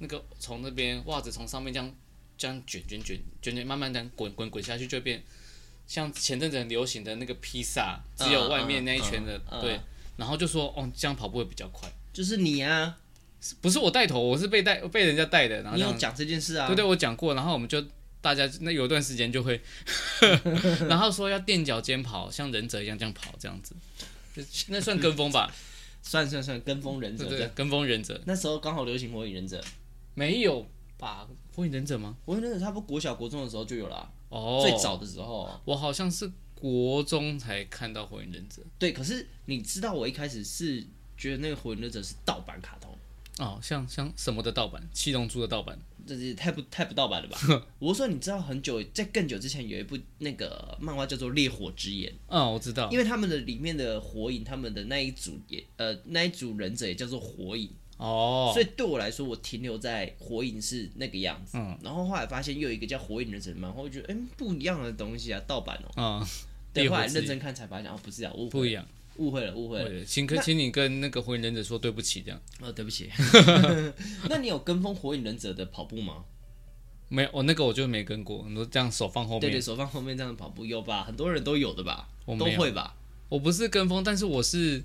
S1: 那个从那边袜子从上面这样这样卷卷卷卷卷，慢慢这样滚滚滚下去，就变像前阵子很流行的那个披萨，只有
S2: 嗯
S1: 外面
S2: 嗯
S1: 那一圈的、
S2: 嗯
S1: 对
S2: 嗯。
S1: 然后就说哦，这样跑步会比较快。
S2: 就是你啊，
S1: 不是我带头，我是被带被人家带的。然后
S2: 你
S1: 这样
S2: 有讲这件事啊？
S1: 对对，我讲过，然后我们就大家那有一段时间 就会，然后说要垫脚尖跑，像忍者一样这样跑，这样子，就那算跟风 吧？
S2: 算了算了算了，跟风忍
S1: 对
S2: 者
S1: 对
S2: 这
S1: 对，
S2: 样。
S1: 跟风忍者
S2: 那时候刚好流行火影忍者，
S1: 没有吧？火影忍者吗？
S2: 火影忍者差不多国小国中的时候就有了啊、
S1: 哦，
S2: 最早的时候啊。
S1: 我好像是国中才看到火影忍者
S2: 对，可是你知道我一开始是觉得那个火影忍者是盗版卡通，
S1: 哦，像像什么的盗版，七龙珠的盗版，
S2: 这是太不太不盗版了吧？ 我说你知道很久，在更久之前有一部那个漫画叫做《烈火之眼》，
S1: 嗯，我知道，
S2: 因为他们的里面的火影，他们的那一组也呃那一组忍者也叫做火影，
S1: 哦，
S2: 所以对我来说，我停留在火影是那个样子。
S1: 嗯
S2: 然后后来发现又有一个叫火影忍者的漫画，我觉得嗯不一样的东西啊，盗版哦、
S1: 嗯，
S2: 对，
S1: 烈火
S2: 后来
S1: 之
S2: 认
S1: 翼
S2: 真看才发现哦，不是啊，误
S1: 不
S2: 会
S1: 一样，
S2: 误会了，误会了。
S1: 对，请跟请你跟那个火影忍者说对不起，这样
S2: 哦，对 不起。那你有跟风火影忍者的跑步吗？
S1: 没有，我那个我就没跟过，你说这样手放后
S2: 对
S1: 面
S2: 对，，手放后面这样的跑步有吧？很多人都有的吧？
S1: 我
S2: 都
S1: 没有
S2: 会吧？
S1: 我不是跟风，但是我是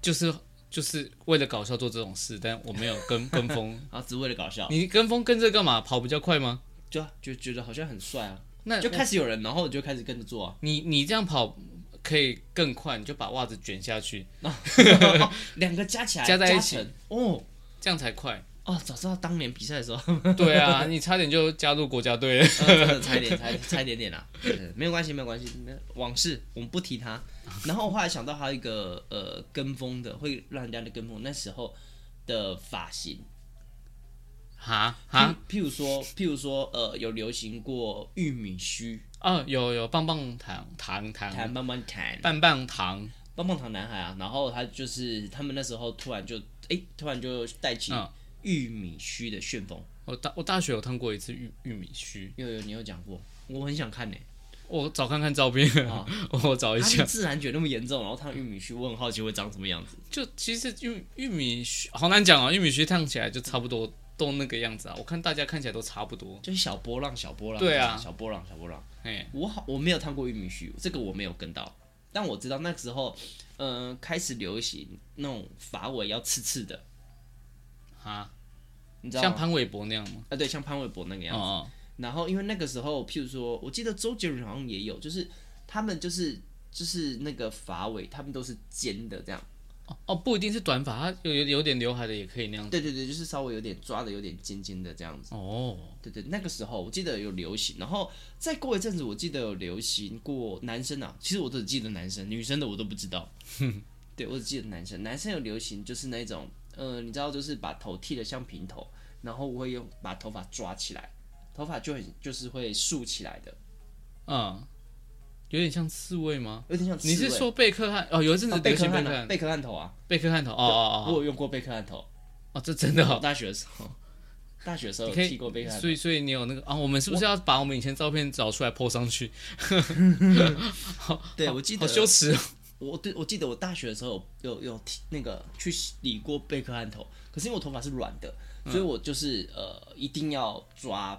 S1: 就是就是为了搞笑做这种事，但我没有跟 跟风。
S2: 啊，只是为了搞笑，
S1: 你跟风跟这干嘛？跑比较快吗？
S2: 就啊就觉得好像很帅 啊，
S1: 那
S2: 就开始有人，然后我就开始跟 着做啊。
S1: 你你这样跑可以更快，你就把袜子卷下去，
S2: 两个加起来
S1: 加在一起
S2: 成哦
S1: 这样才快。
S2: 哦，早知道当年比赛的时候，
S1: 对啊，你差点就加入国家队了。
S2: 呃真的差一点，差一差一点点啦。对对没有关系，没有关系，没有往事我们不提它。然后我后来想到还有一个呃跟风的，会让人家的跟风，那时候的发型。
S1: 哈
S2: 譬
S1: 哈
S2: 譬如说，譬如说，呃，有流行过玉米须、
S1: 哦，有有棒棒糖糖
S2: 弹
S1: 糖
S2: 棒棒糖、
S1: 棒棒糖，
S2: 棒棒糖男孩啊，然后他就是他们那时候突然就，哎、突然就带起
S1: 嗯
S2: 玉米须的旋风。
S1: 我大我大学有烫过一次玉玉米须，
S2: 有有，你有讲过，我很想看呢、
S1: 我找看看照片，
S2: 啊
S1: 我找一
S2: 他
S1: 下
S2: 是。自然卷那么严重，然后烫玉米须，我很好奇会长什么样子。
S1: 就其实玉玉米须好难讲哦，玉米须烫起来就差不多都那个样子啊。我看大家看起来都差不多，
S2: 就是小波浪，小波浪，
S1: 对啊
S2: 小波浪，小波浪。
S1: 哎，
S2: 我好，我没有烫过玉米须，这个我没有跟到，但我知道那时候，呃，开始流行那种发尾要刺刺的，
S1: 啊，
S2: 你知道吗？
S1: 像潘玮柏那样吗？
S2: 啊，对，像潘玮柏那个样子。
S1: 哦
S2: 然后因为那个时候，譬如说，我记得周杰伦好像也有，就是他们就是就是那个发尾，他们都是尖的这样。
S1: 哦哦，不一定是短发，它有有有点刘海的也可以那样子。
S2: 对对对，就是稍微有点抓的有点尖尖的这样子。
S1: 哦，
S2: 对对，那个时候我记得有流行，然后再过一阵子，我记得有流行过男生啊，其实我只记得男生，女生的我都不知 道。对，我只记得男生，男生有流行就是那种，呃，你知道，就是把头剃得像平头，然后我会用把头发抓起来，头发就很就是会竖起来的，
S1: 嗯，有点像刺猬吗？
S2: 有点像刺
S1: 你是
S2: 猬
S1: 说贝克汉？哦，有一阵子
S2: 啊
S1: 流
S2: 贝
S1: 行
S2: 克
S1: 贝
S2: 汉
S1: 克
S2: 啊，
S1: 汉，
S2: 贝克汉头啊，
S1: 贝克汉头。哦哦
S2: 我
S1: 哦
S2: 有用过贝克汉头，
S1: 哦，这真的
S2: 我
S1: 哦。
S2: 大学的时候，大学的时候
S1: 你
S2: 有
S1: 可
S2: 剃
S1: 以
S2: 过贝克，汉头
S1: 所，以所以你有那个啊？我们是不是要把我们以前照片找出来 po 上去？
S2: 对我记
S1: 好
S2: 得，
S1: 羞耻哦。
S2: 我对我记得我大学的时候有有有剃那个去理过贝克汉头，可是因为我头发是软的，
S1: 嗯
S2: 所以我就是呃一定要抓，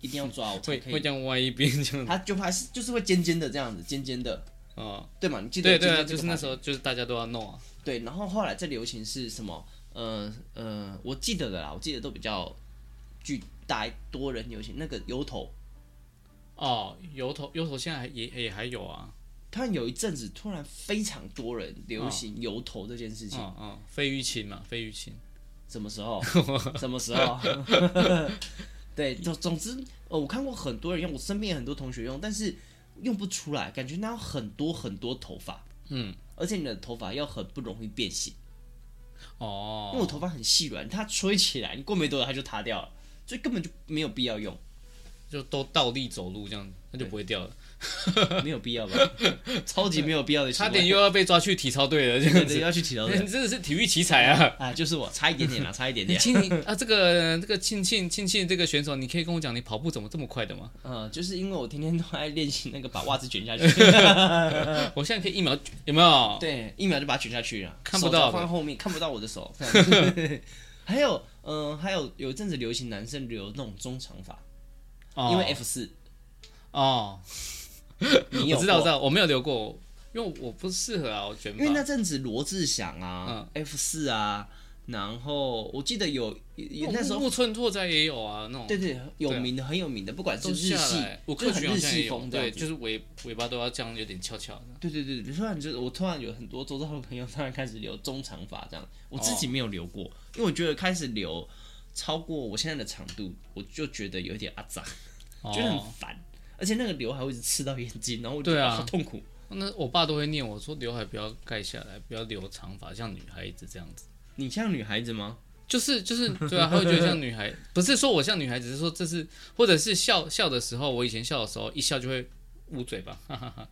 S2: 一定 要抓，我才
S1: 会嗯
S2: 可
S1: 会
S2: 以，
S1: 这样歪一边这样子
S2: 它就还是就是会尖尖的这样子，尖尖的，
S1: 哦。
S2: 对嘛？你记得
S1: 对对
S2: 尖
S1: 啊，
S2: 尖这
S1: 就
S2: 个
S1: 是那
S2: 发
S1: 时候，就是大家都要弄啊。
S2: 对，然后后来再流行是什么？呃呃，我记得的啦，我记得都比较巨大多人流行那个油头。
S1: 哦，油头油头现在还也也还有啊，
S2: 突然有一阵子，突然非常多人流
S1: 哦
S2: 行油头这件事情。
S1: 嗯嗯，费玉清嘛，费玉清，
S2: 什么时 候？什么时候？ 对，总总之，呃，我看过很多人用，我身边也很多同学用，但是用不出来，感觉那有很多很多头发，
S1: 嗯，
S2: 而且你的头发要很不容易变形，因为我
S1: 哦，
S2: 头发很细软，它吹起来，你过没多久它就塌掉了，所以根本就没有必要 用，
S1: 就都倒立走路这样，那就不会掉了。
S2: 没有必要吧？超级没有必要的
S1: 差
S2: 行为，
S1: 点又要被抓去体操队了，这
S2: 对
S1: 样
S2: 对
S1: 子，
S2: 要去提 到
S1: 你
S2: 的
S1: 真的是体育奇才啊！
S2: 啊，就是我差一点点啦，差一点
S1: 你
S2: 点，
S1: 庆你啊，这个这个庆庆庆庆这个选手，你可以跟我讲你跑步怎么这么快的吗？
S2: 嗯，就是因为我天天都在练习那个把袜子卷下去。
S1: 我现在可以一秒有没有？
S2: 对，一秒就把它卷下去了，
S1: 看不到的
S2: 手放在后面，看不到我 的手。还有，嗯、还有有一阵子流行男生留那种中长发，
S1: 哦
S2: 因为 F 四，
S1: 哦，
S2: 你有
S1: 我知道我
S2: 过
S1: 知，道，我没有留过，因为我不适合啊，嗯我卷
S2: 因为那
S1: 发。
S2: 阵子罗志祥啊、f 四啊，然后我记得有有那时候，
S1: 木村拓哉也有啊，那种
S2: 对对，有名的、很有名的，不管是
S1: 都
S2: 日
S1: 下
S2: 系
S1: 来，，我
S2: 就
S1: 克
S2: 很
S1: 群好
S2: 日
S1: 像也
S2: 系
S1: 有，
S2: 风这
S1: 对，
S2: 样子
S1: 就是尾尾巴都要这样有点翘翘的。
S2: 对对对，对突然就我突然有很多周遭的朋友，突然开始留中长发这样，我自己
S1: 哦
S2: 没有留过，因为我觉得开始留超过我现在的长度，我就觉得有点阿杂，觉得很
S1: 哦，
S2: 烦，而且那个刘海会一直刺到眼睛，然后我觉
S1: 对
S2: 得、
S1: 啊
S2: 好痛苦。
S1: 那我爸都会念我说刘海不要盖下来，不要留长发，像女孩子这样子。
S2: 你像女孩子吗？
S1: 就是就是对啊，他会觉得像女孩，不是说我像女孩，只是说这是，或者是笑笑的时候，我以前笑的时候一笑就会捂嘴巴，哈哈哈。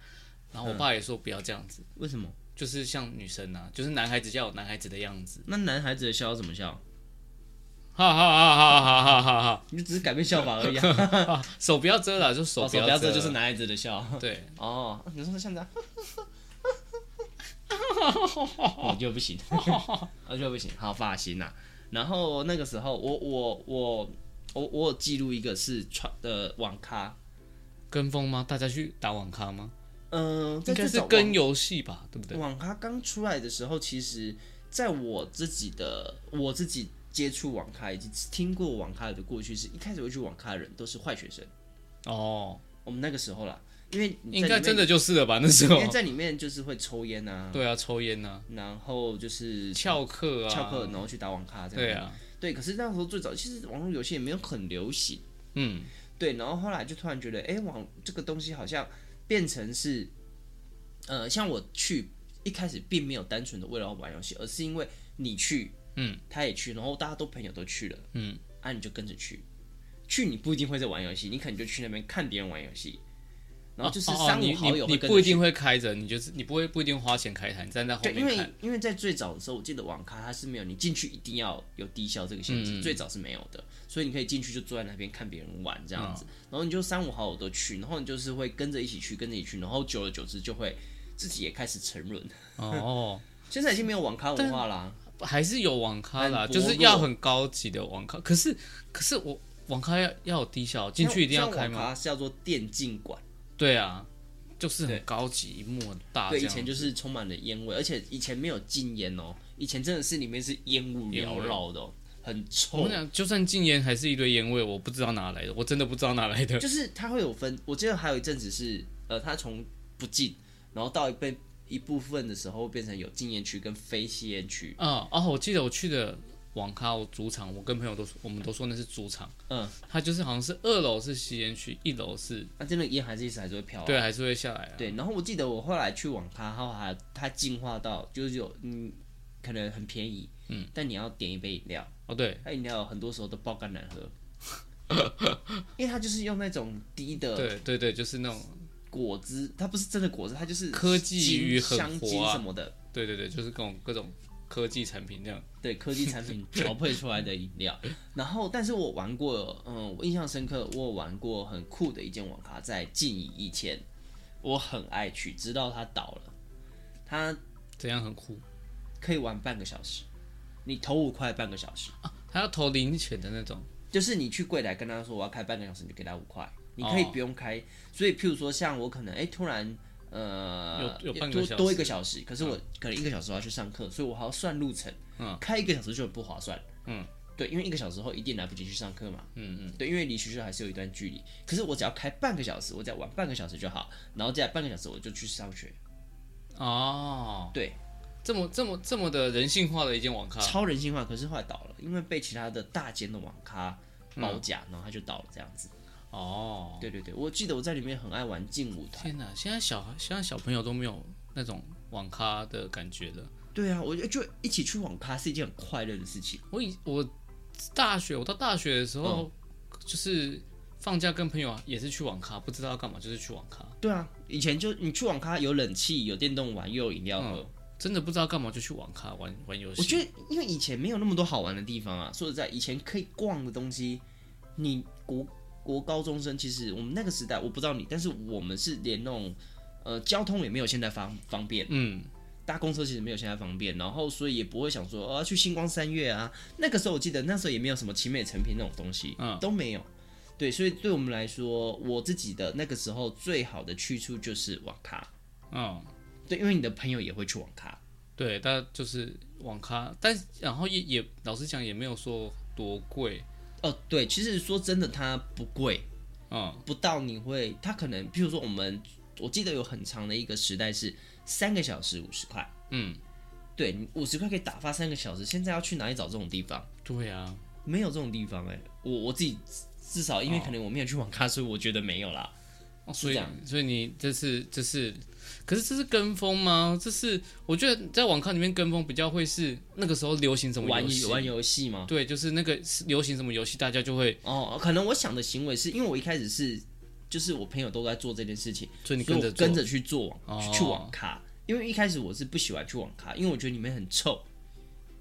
S1: 然后我爸也说不要这样子，
S2: 为什么？
S1: 就是像女生啊，就是男孩子要有男孩子的样子，
S2: 那男孩子的笑要怎么笑？
S1: 哈哈哈哈哈哈哈
S2: 你就只是改变笑法而 已、啊，
S1: 哈，手不要遮了，就手
S2: 手
S1: 不
S2: 不要
S1: 遮
S2: 遮就是男孩子的笑。
S1: 对，
S2: 哦，你说像这样， 我就不行， 我就不行。好发型呐、然后那个时候我我我我我有记录一个是穿的网咖，
S1: 跟风吗？大家去打网咖吗？
S2: 嗯、
S1: 应
S2: 在
S1: 该
S2: 这
S1: 是
S2: 种
S1: 跟游戏吧，对不对？
S2: 网咖刚出来的时候，其实在我自己的我自己接触网咖以及听过网咖的过去是，一开始会去网咖的人都是坏学生，
S1: 哦，
S2: 我们那个时候啦，因为你
S1: 应
S2: 在
S1: 该
S2: 里面
S1: 真的就是了吧？那时
S2: 因
S1: 候
S2: 为在里面就是会抽烟啊，
S1: 对啊，抽烟啊，
S2: 然后就是
S1: 翘课啊，
S2: 翘课，，然后去打网咖这
S1: 对
S2: 样。
S1: 啊，
S2: 对，可是那时候最早其实网络游戏也没有很流行，
S1: 嗯，
S2: 对，然后后来就突然觉得，哎，网这个东西好像变成是，呃，像我去一开始并没有单纯的为了玩游戏，而是因为你去，
S1: 嗯，
S2: 他也去，然后大家都朋友都去了，
S1: 嗯，
S2: 啊，你就跟着去，去你不一定会在玩游戏，你可能就去那边看别人玩游戏，然后就是
S1: 哦哦
S2: 三
S1: 你
S2: 五好友
S1: 你
S2: 会
S1: 你
S2: 跟着去。
S1: 不一定会开着，你就是你不会不一定花钱开台，你站在后
S2: 对，因
S1: 面
S2: 为
S1: 看。
S2: 因为在最早的时候，我记得网咖它是没有你进去一定要有低消这个限
S1: 嗯
S2: 制，最早是没有的，所以你可以进去就坐在那边看别人玩这样子，
S1: 嗯
S2: 然后你就三五好友都去，然后你就是会跟着一起去，跟着一起去，然后久而久之就会自己也开始沉沦。
S1: 哦，
S2: 现在已经没有网咖文化啦，
S1: 还是有网咖啦，
S2: 很薄弱
S1: 就是要很高级的网咖。可是可是我网咖要要有低效，进去一定要开
S2: 像网
S1: 吗？
S2: 咖是叫做电竞馆，
S1: 对啊，就是很高级，一幕很大啊这
S2: 对，
S1: 样。
S2: 以前就是充满了烟味，而且以前没有禁烟哦，以前真的是里面是烟雾
S1: 烟
S2: 缭
S1: 味
S2: 绕的、哦，很
S1: 我
S2: 臭
S1: 跟你。讲，就算禁烟还是一堆烟味，我不知道哪来的，我真的不知道哪来的。
S2: 就是它会有分，我记得还有一阵子是，呃，它从不禁，然后到一被一部分的时候变成有禁烟区跟非吸烟区。
S1: 啊、哦，我记得我去的网咖，我主场，我跟朋友都说，我们都说那是主场。
S2: 嗯，
S1: 它就是好像是二楼是吸烟区，一楼是
S2: 那真的烟还是一直还是会飘、啊。
S1: 对，还是会下来啊。
S2: 对然后我记得我后来去网咖，它还它进化到就是有嗯，可能很便宜，嗯，但你要点一杯饮料，
S1: 哦对，
S2: 它饮料很多时候都爆肝难 喝。因为它就是用那种低的
S1: 对对对，就是那种，
S2: 果汁，它不是真的果汁，它就是
S1: 科技与
S2: 精
S1: 狠
S2: 香
S1: 活
S2: 精
S1: 啊
S2: 什么的，
S1: 对对对，就是各种各种科技产品这样。
S2: 对科技产品调配出来的饮料。然后，但是我玩过，嗯，我印象深刻，我有玩过很酷的一间网咖，在静怡以前，我很爱去，直到它倒了，它
S1: 怎样很酷
S2: 可以玩半个小时，你投五块半个小时，
S1: 啊！他要投零钱的那种
S2: 就是你去柜台跟他说我要开半个小时，你就给他五块，你可以
S1: 哦
S2: 不用开。所以，譬如说像我可能哎、诶突然。呃，
S1: 有有半个
S2: 多
S1: 小时
S2: 多一个小时，
S1: 嗯
S2: 可是我可能一个小时我要去上课，所以我还要算路程，开一个小时就很不划算。嗯，对，因为一个小时后一定来不及去上课嘛。嗯嗯。对，因为离学校还是有一段距离。可是我只要开半个小时，我只要玩半个小时就好，然后接下来半个小时我就去上学。
S1: 哦，
S2: 对，
S1: 这么这么这么的人性化的一间网咖，
S2: 超人性化，可是后来倒了，因为被其他的大间的网咖包夹，然后他就倒了这样子。
S1: 嗯哦，
S2: 对对对，我记得我在里面很爱玩劲舞团。
S1: 天哪，现在小孩现在小朋友都没有那种网咖的感觉了。
S2: 对啊，我就就一起去网咖是一件很快乐的事情。
S1: 我以我大学，我到大学的时候，就是放假跟朋友啊也是去网咖，不知道要干嘛，就是去网咖，
S2: 对啊，以前就你去网咖有冷气、有电动玩，又有饮料喝。
S1: 真的不知道干嘛就去网咖玩玩游戏。
S2: 我觉得，因为以前没有那么多好玩的地方啊。说实在，以前可以逛的东西，你国国高中生其实我们那个时代，我不知道你，但是我们是连那种呃交通也没有现在方方便，
S1: 嗯，
S2: 搭公车其实没有现在方便，然后所以也不会想说哦要去星光三月啊。那个时候我记得那时候也没有什么奇美成品那种东西，
S1: 嗯
S2: 都没有。对，所以对我们来说，我自己的那个时候最好的去处就是网咖。
S1: 嗯，
S2: 对，因为你的朋友也会去网咖。
S1: 对，但就是网咖，但然后也也老实讲也没有说多贵，
S2: 哦，对，其实说真的，它不贵，
S1: 嗯
S2: 不到你会，它可能，譬如说我们，我记得有很长的一个时代是三个小时五十块，
S1: 嗯，
S2: 对，你五十块可以打发三个小时，现在要去哪里找这种地方？
S1: 对啊，
S2: 没有这种地方哎、我我自己至少因为可能我没有去网咖，所以我觉得没有啦。
S1: 哦
S2: 是
S1: 所
S2: 这
S1: 以
S2: 样
S1: 所以你这是这是，可是这是跟风吗？这是我觉得在网咖里面跟风比较会是那个时候流行什么
S2: 玩
S1: 游戏，
S2: 玩游戏吗？
S1: 对，就是那个流行什么游戏，大家就会，
S2: 哦，可能我想的行为是因为我一开始是，就是我朋友都在做这件事情，
S1: 所以你
S2: 所
S1: 跟
S2: 以我
S1: 着做
S2: 跟着去做网、
S1: 哦
S2: 去网咖，因为一开始我是不喜欢去网咖，因为我觉得里面很臭。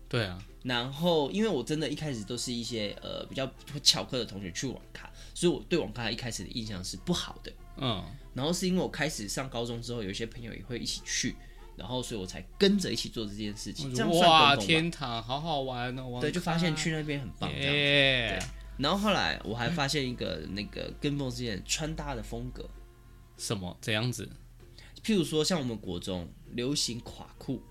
S1: 对啊，
S2: 然后，因为我真的一开始都是一些呃比较翘课的同学去网咖，所以我对网咖一开始的印象是不好的。
S1: 嗯，
S2: 然后是因为我开始上高中之后，有一些朋友也会一起去，然后所以我才跟着一起做这件事情。这样
S1: 哦哇，
S2: 算跟风吗？
S1: 天堂好好玩哦，网
S2: 对，就发现去那边很
S1: 咖，
S2: 棒这样。
S1: 耶，
S2: 然后后来我还发现一个那个跟风之间的穿搭的风格，
S1: 什么怎样子？
S2: 譬如说像我们国中流行垮裤，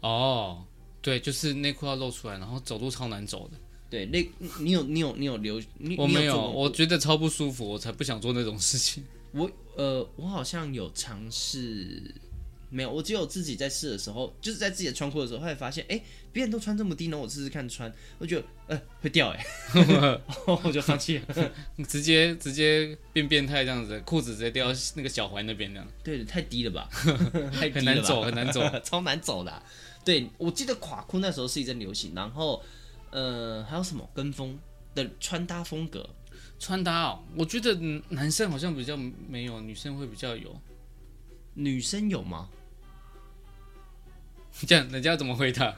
S1: 哦，对，就是内裤要露出来，然后走路超难走的。
S2: 对，那你你有你有你有流你
S1: 我
S2: 你
S1: 没
S2: 有
S1: 有，
S2: 做过
S1: 我觉得超不舒服，我才不想做那种事情。
S2: 我呃，我好像有尝试，没有，我只有自己在试的时候，就是在自己的穿裤的时候，后来发现，哎、别人都穿这么低，然后我试试看穿，我觉得呃会 掉哎、欸，我就放弃了。
S1: 你直接直接变变态这样子，裤子直接掉到那个脚踝那边那样，
S2: 对，太低了吧，太低
S1: 很
S2: 了吧
S1: 难走，很难走。
S2: 超难走的啊、对，我记得垮裤那时候是一阵流行，然后呃还有什么跟风的穿搭风格，
S1: 穿搭哦，我觉得嗯男生好像比较没有，女生会比较有。
S2: 女生有吗？
S1: 这样人家怎么回答？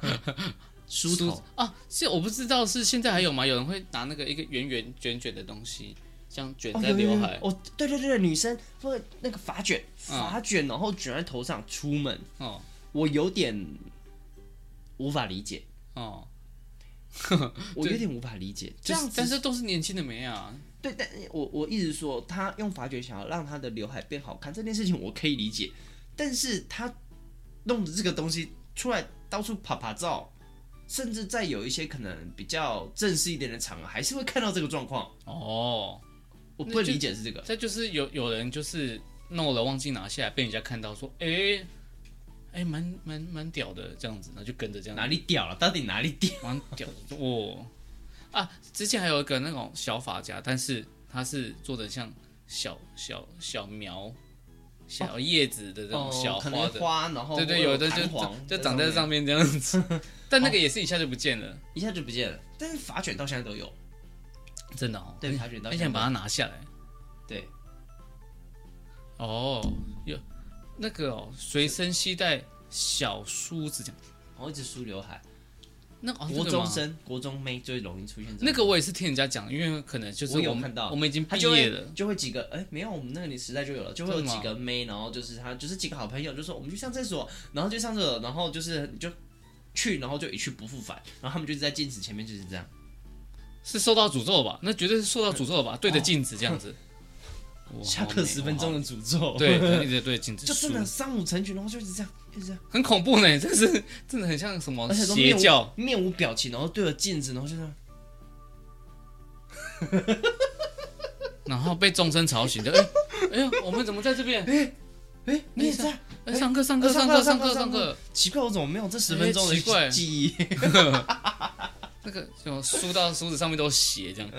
S2: 梳头
S1: 啊，是我不知道是现在还有吗？有人会拿那个一个圆圆卷卷的东西，这样卷
S2: 哦，
S1: 在
S2: 有有
S1: 刘
S2: 有
S1: 海。嗯
S2: 哦，对对对对，女生不是那个发卷，发卷然后卷在头上出门，
S1: 哦
S2: 我有点无法理 解，
S1: 哦，
S2: 我有点无法理解这样
S1: 但
S2: 子。
S1: 是都是年轻的美啊。
S2: 对，但我我一直说他用发卷想要让他的刘海变好看这件事情我可以理解，但是他弄的这个东西出来到处啪啪照，甚至在有一些可能比较正式一点的场合，还是会看到这个状况。
S1: 哦，
S2: 我不理解是这个，
S1: 再就是有有人就是弄了忘记拿下来，被人家看到说，哎、哎，蛮蛮蛮屌的这样子，然后就跟着这样，
S2: 哪里屌了？到底哪里屌？
S1: 蛮屌的哦啊！之前还有一个那种小发夹，但是它是做的像小小小苗、小叶子的这种小
S2: 哦可
S1: 花
S2: 能
S1: 的，
S2: 花，然后
S1: 对对，
S2: 会
S1: 有的就
S2: 弹簧
S1: 就就长在上面这哦样子，但那个也是一下就不见了，
S2: 一下就不见了。但是发卷到现在都有，
S1: 真的哦，
S2: 对，发卷到
S1: 很
S2: 现在
S1: 想
S2: 都
S1: 把
S2: 有
S1: 它拿下来。
S2: 对。
S1: 哦，有那个哦，随身携带小梳子这样，
S2: 然后一直梳刘海，
S1: 那哦，
S2: 国
S1: 这个
S2: 中
S1: 吗
S2: 生、国中妹最容易出现这种
S1: 那个我也是听人家讲，因为可能就是
S2: 我有
S1: 们
S2: 看到
S1: 我们已经
S2: 他
S1: 毕
S2: 就
S1: 业
S2: 会
S1: 了，
S2: 就会几个哎、没有，我们那个年时代就有了，就会有几个妹，然后就是她就是几个好朋友，就说我们去上厕所，然后就上厕所，然后就是就去，然后就一去不复返，然后他们就是在镜子前面就是这样，
S1: 是受到诅咒吧？那绝对是受到诅咒了吧？对着镜子这样子，我
S2: 嗯 下
S1: 好
S2: 课
S1: 美
S2: 十分钟，
S1: 我
S2: 的诅咒，
S1: 好，对，可能一直对着镜子梳，
S2: 就真的三五成群，然后就一直这样，一直这样，
S1: 很 恐怖呢，真是真的很像什么
S2: 而且都
S1: 邪
S2: 面
S1: 教，
S2: 无面无表情，然后对着镜子，然后就这样，
S1: 然后被钟声吵醒，就哎哎呦，我们怎么在这边？
S2: 哎，你也在？
S1: 哎，上课
S2: 呃
S1: 上课上课上课上课，
S2: 奇怪，我怎么没有这十分钟的
S1: 哎奇怪
S2: 记 忆？
S1: 那个就输到梳子上面都有血，这样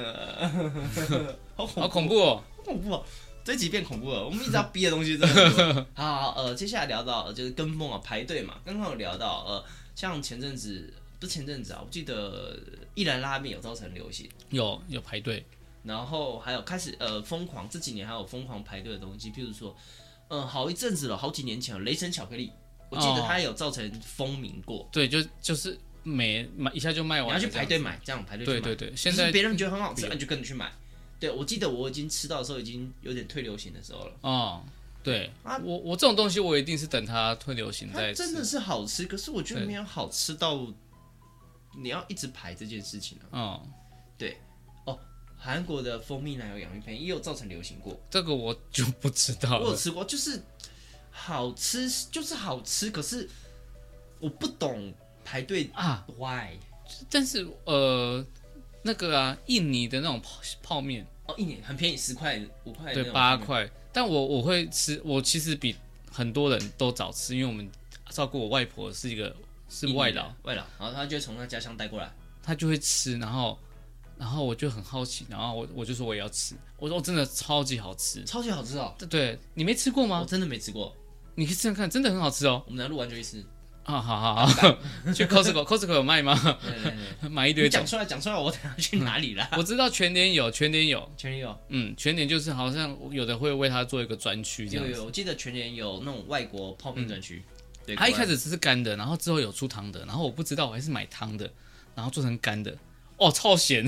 S2: 好
S1: 好恐
S2: 恐
S1: 怖哦。
S2: 好嗯恐怖哦！这集变恐怖了，我们一直要逼的东西真的很 多。好好好，呃，接下来聊到呃就是跟风啊，排队嘛。刚刚有聊到呃，像前阵子不是前阵子啊，我记得一兰拉面有造成流行，
S1: 有有排队，
S2: 然后还有开始呃疯狂这几年还有疯狂排队的东西，譬如说，嗯、好一阵子了，好几年前了雷神巧克力，我记得
S1: 哦
S2: 它有造成风靡过，
S1: 对，就就是每买一下就卖
S2: 你
S1: 完
S2: 要
S1: 了这样
S2: 去
S1: 子，
S2: 排队买，这样排队去买。
S1: 对对对，
S2: 就
S1: 现
S2: 是
S1: 在
S2: 别人觉得很好吃，那你就跟着去买。对，我记得我已经吃到的时候，已经有点退流行的时候了。
S1: 哦，对
S2: 啊
S1: 我我这种东西我一定是等它退流行
S2: 它
S1: 再
S2: 真的
S1: 吃。
S2: 是好吃，可是我觉得
S1: 对
S2: 没有好吃到你要一直排这件事情啊。
S1: 哦，
S2: 韩国的蜂蜜奶油洋芋片也有造成流行过，
S1: 这个我就不知道
S2: 我有
S1: 了。
S2: 吃过，就是好吃，就是好吃，可是我不懂排队
S1: 啊
S2: why
S1: 但是呃，那个啊，印尼的那种泡泡面，
S2: 哦，一年很便宜，十块五块
S1: 对，八，块。但我我会吃，我其实比很多人都早吃，因为我们照顾我外婆是一个是外劳，
S2: 外劳，然后他就会从他家乡带过来，
S1: 她就会吃，然后然后我就很好奇，然后我我就说我也要吃，我说我哦真的超级好吃。
S2: 超级好吃哦，
S1: 对你没吃过
S2: 我
S1: 吗？
S2: 真的没吃过，
S1: 你可以试试看，真的很好吃哦。
S2: 我们俩录完就去吃。
S1: 啊，好好好， 去 Costco，Costco 有卖吗？
S2: 对对对
S1: 买一
S2: 对你
S1: 堆
S2: 讲
S1: 种。
S2: 出来，讲出来，我等下去哪里啦？
S1: 我知道全年有，全年有，
S2: 全联有，
S1: 嗯，全年就是好像有的会为它做一个专区这
S2: 有
S1: 样
S2: 有，
S1: 子。嗯
S2: 我记得全联有那种外国泡面专区。对，
S1: 它一开
S2: 始
S1: 始只是干的，然后之后有出汤的，然后我不知道，我还是买汤的，然后做成干的。哦，超 咸，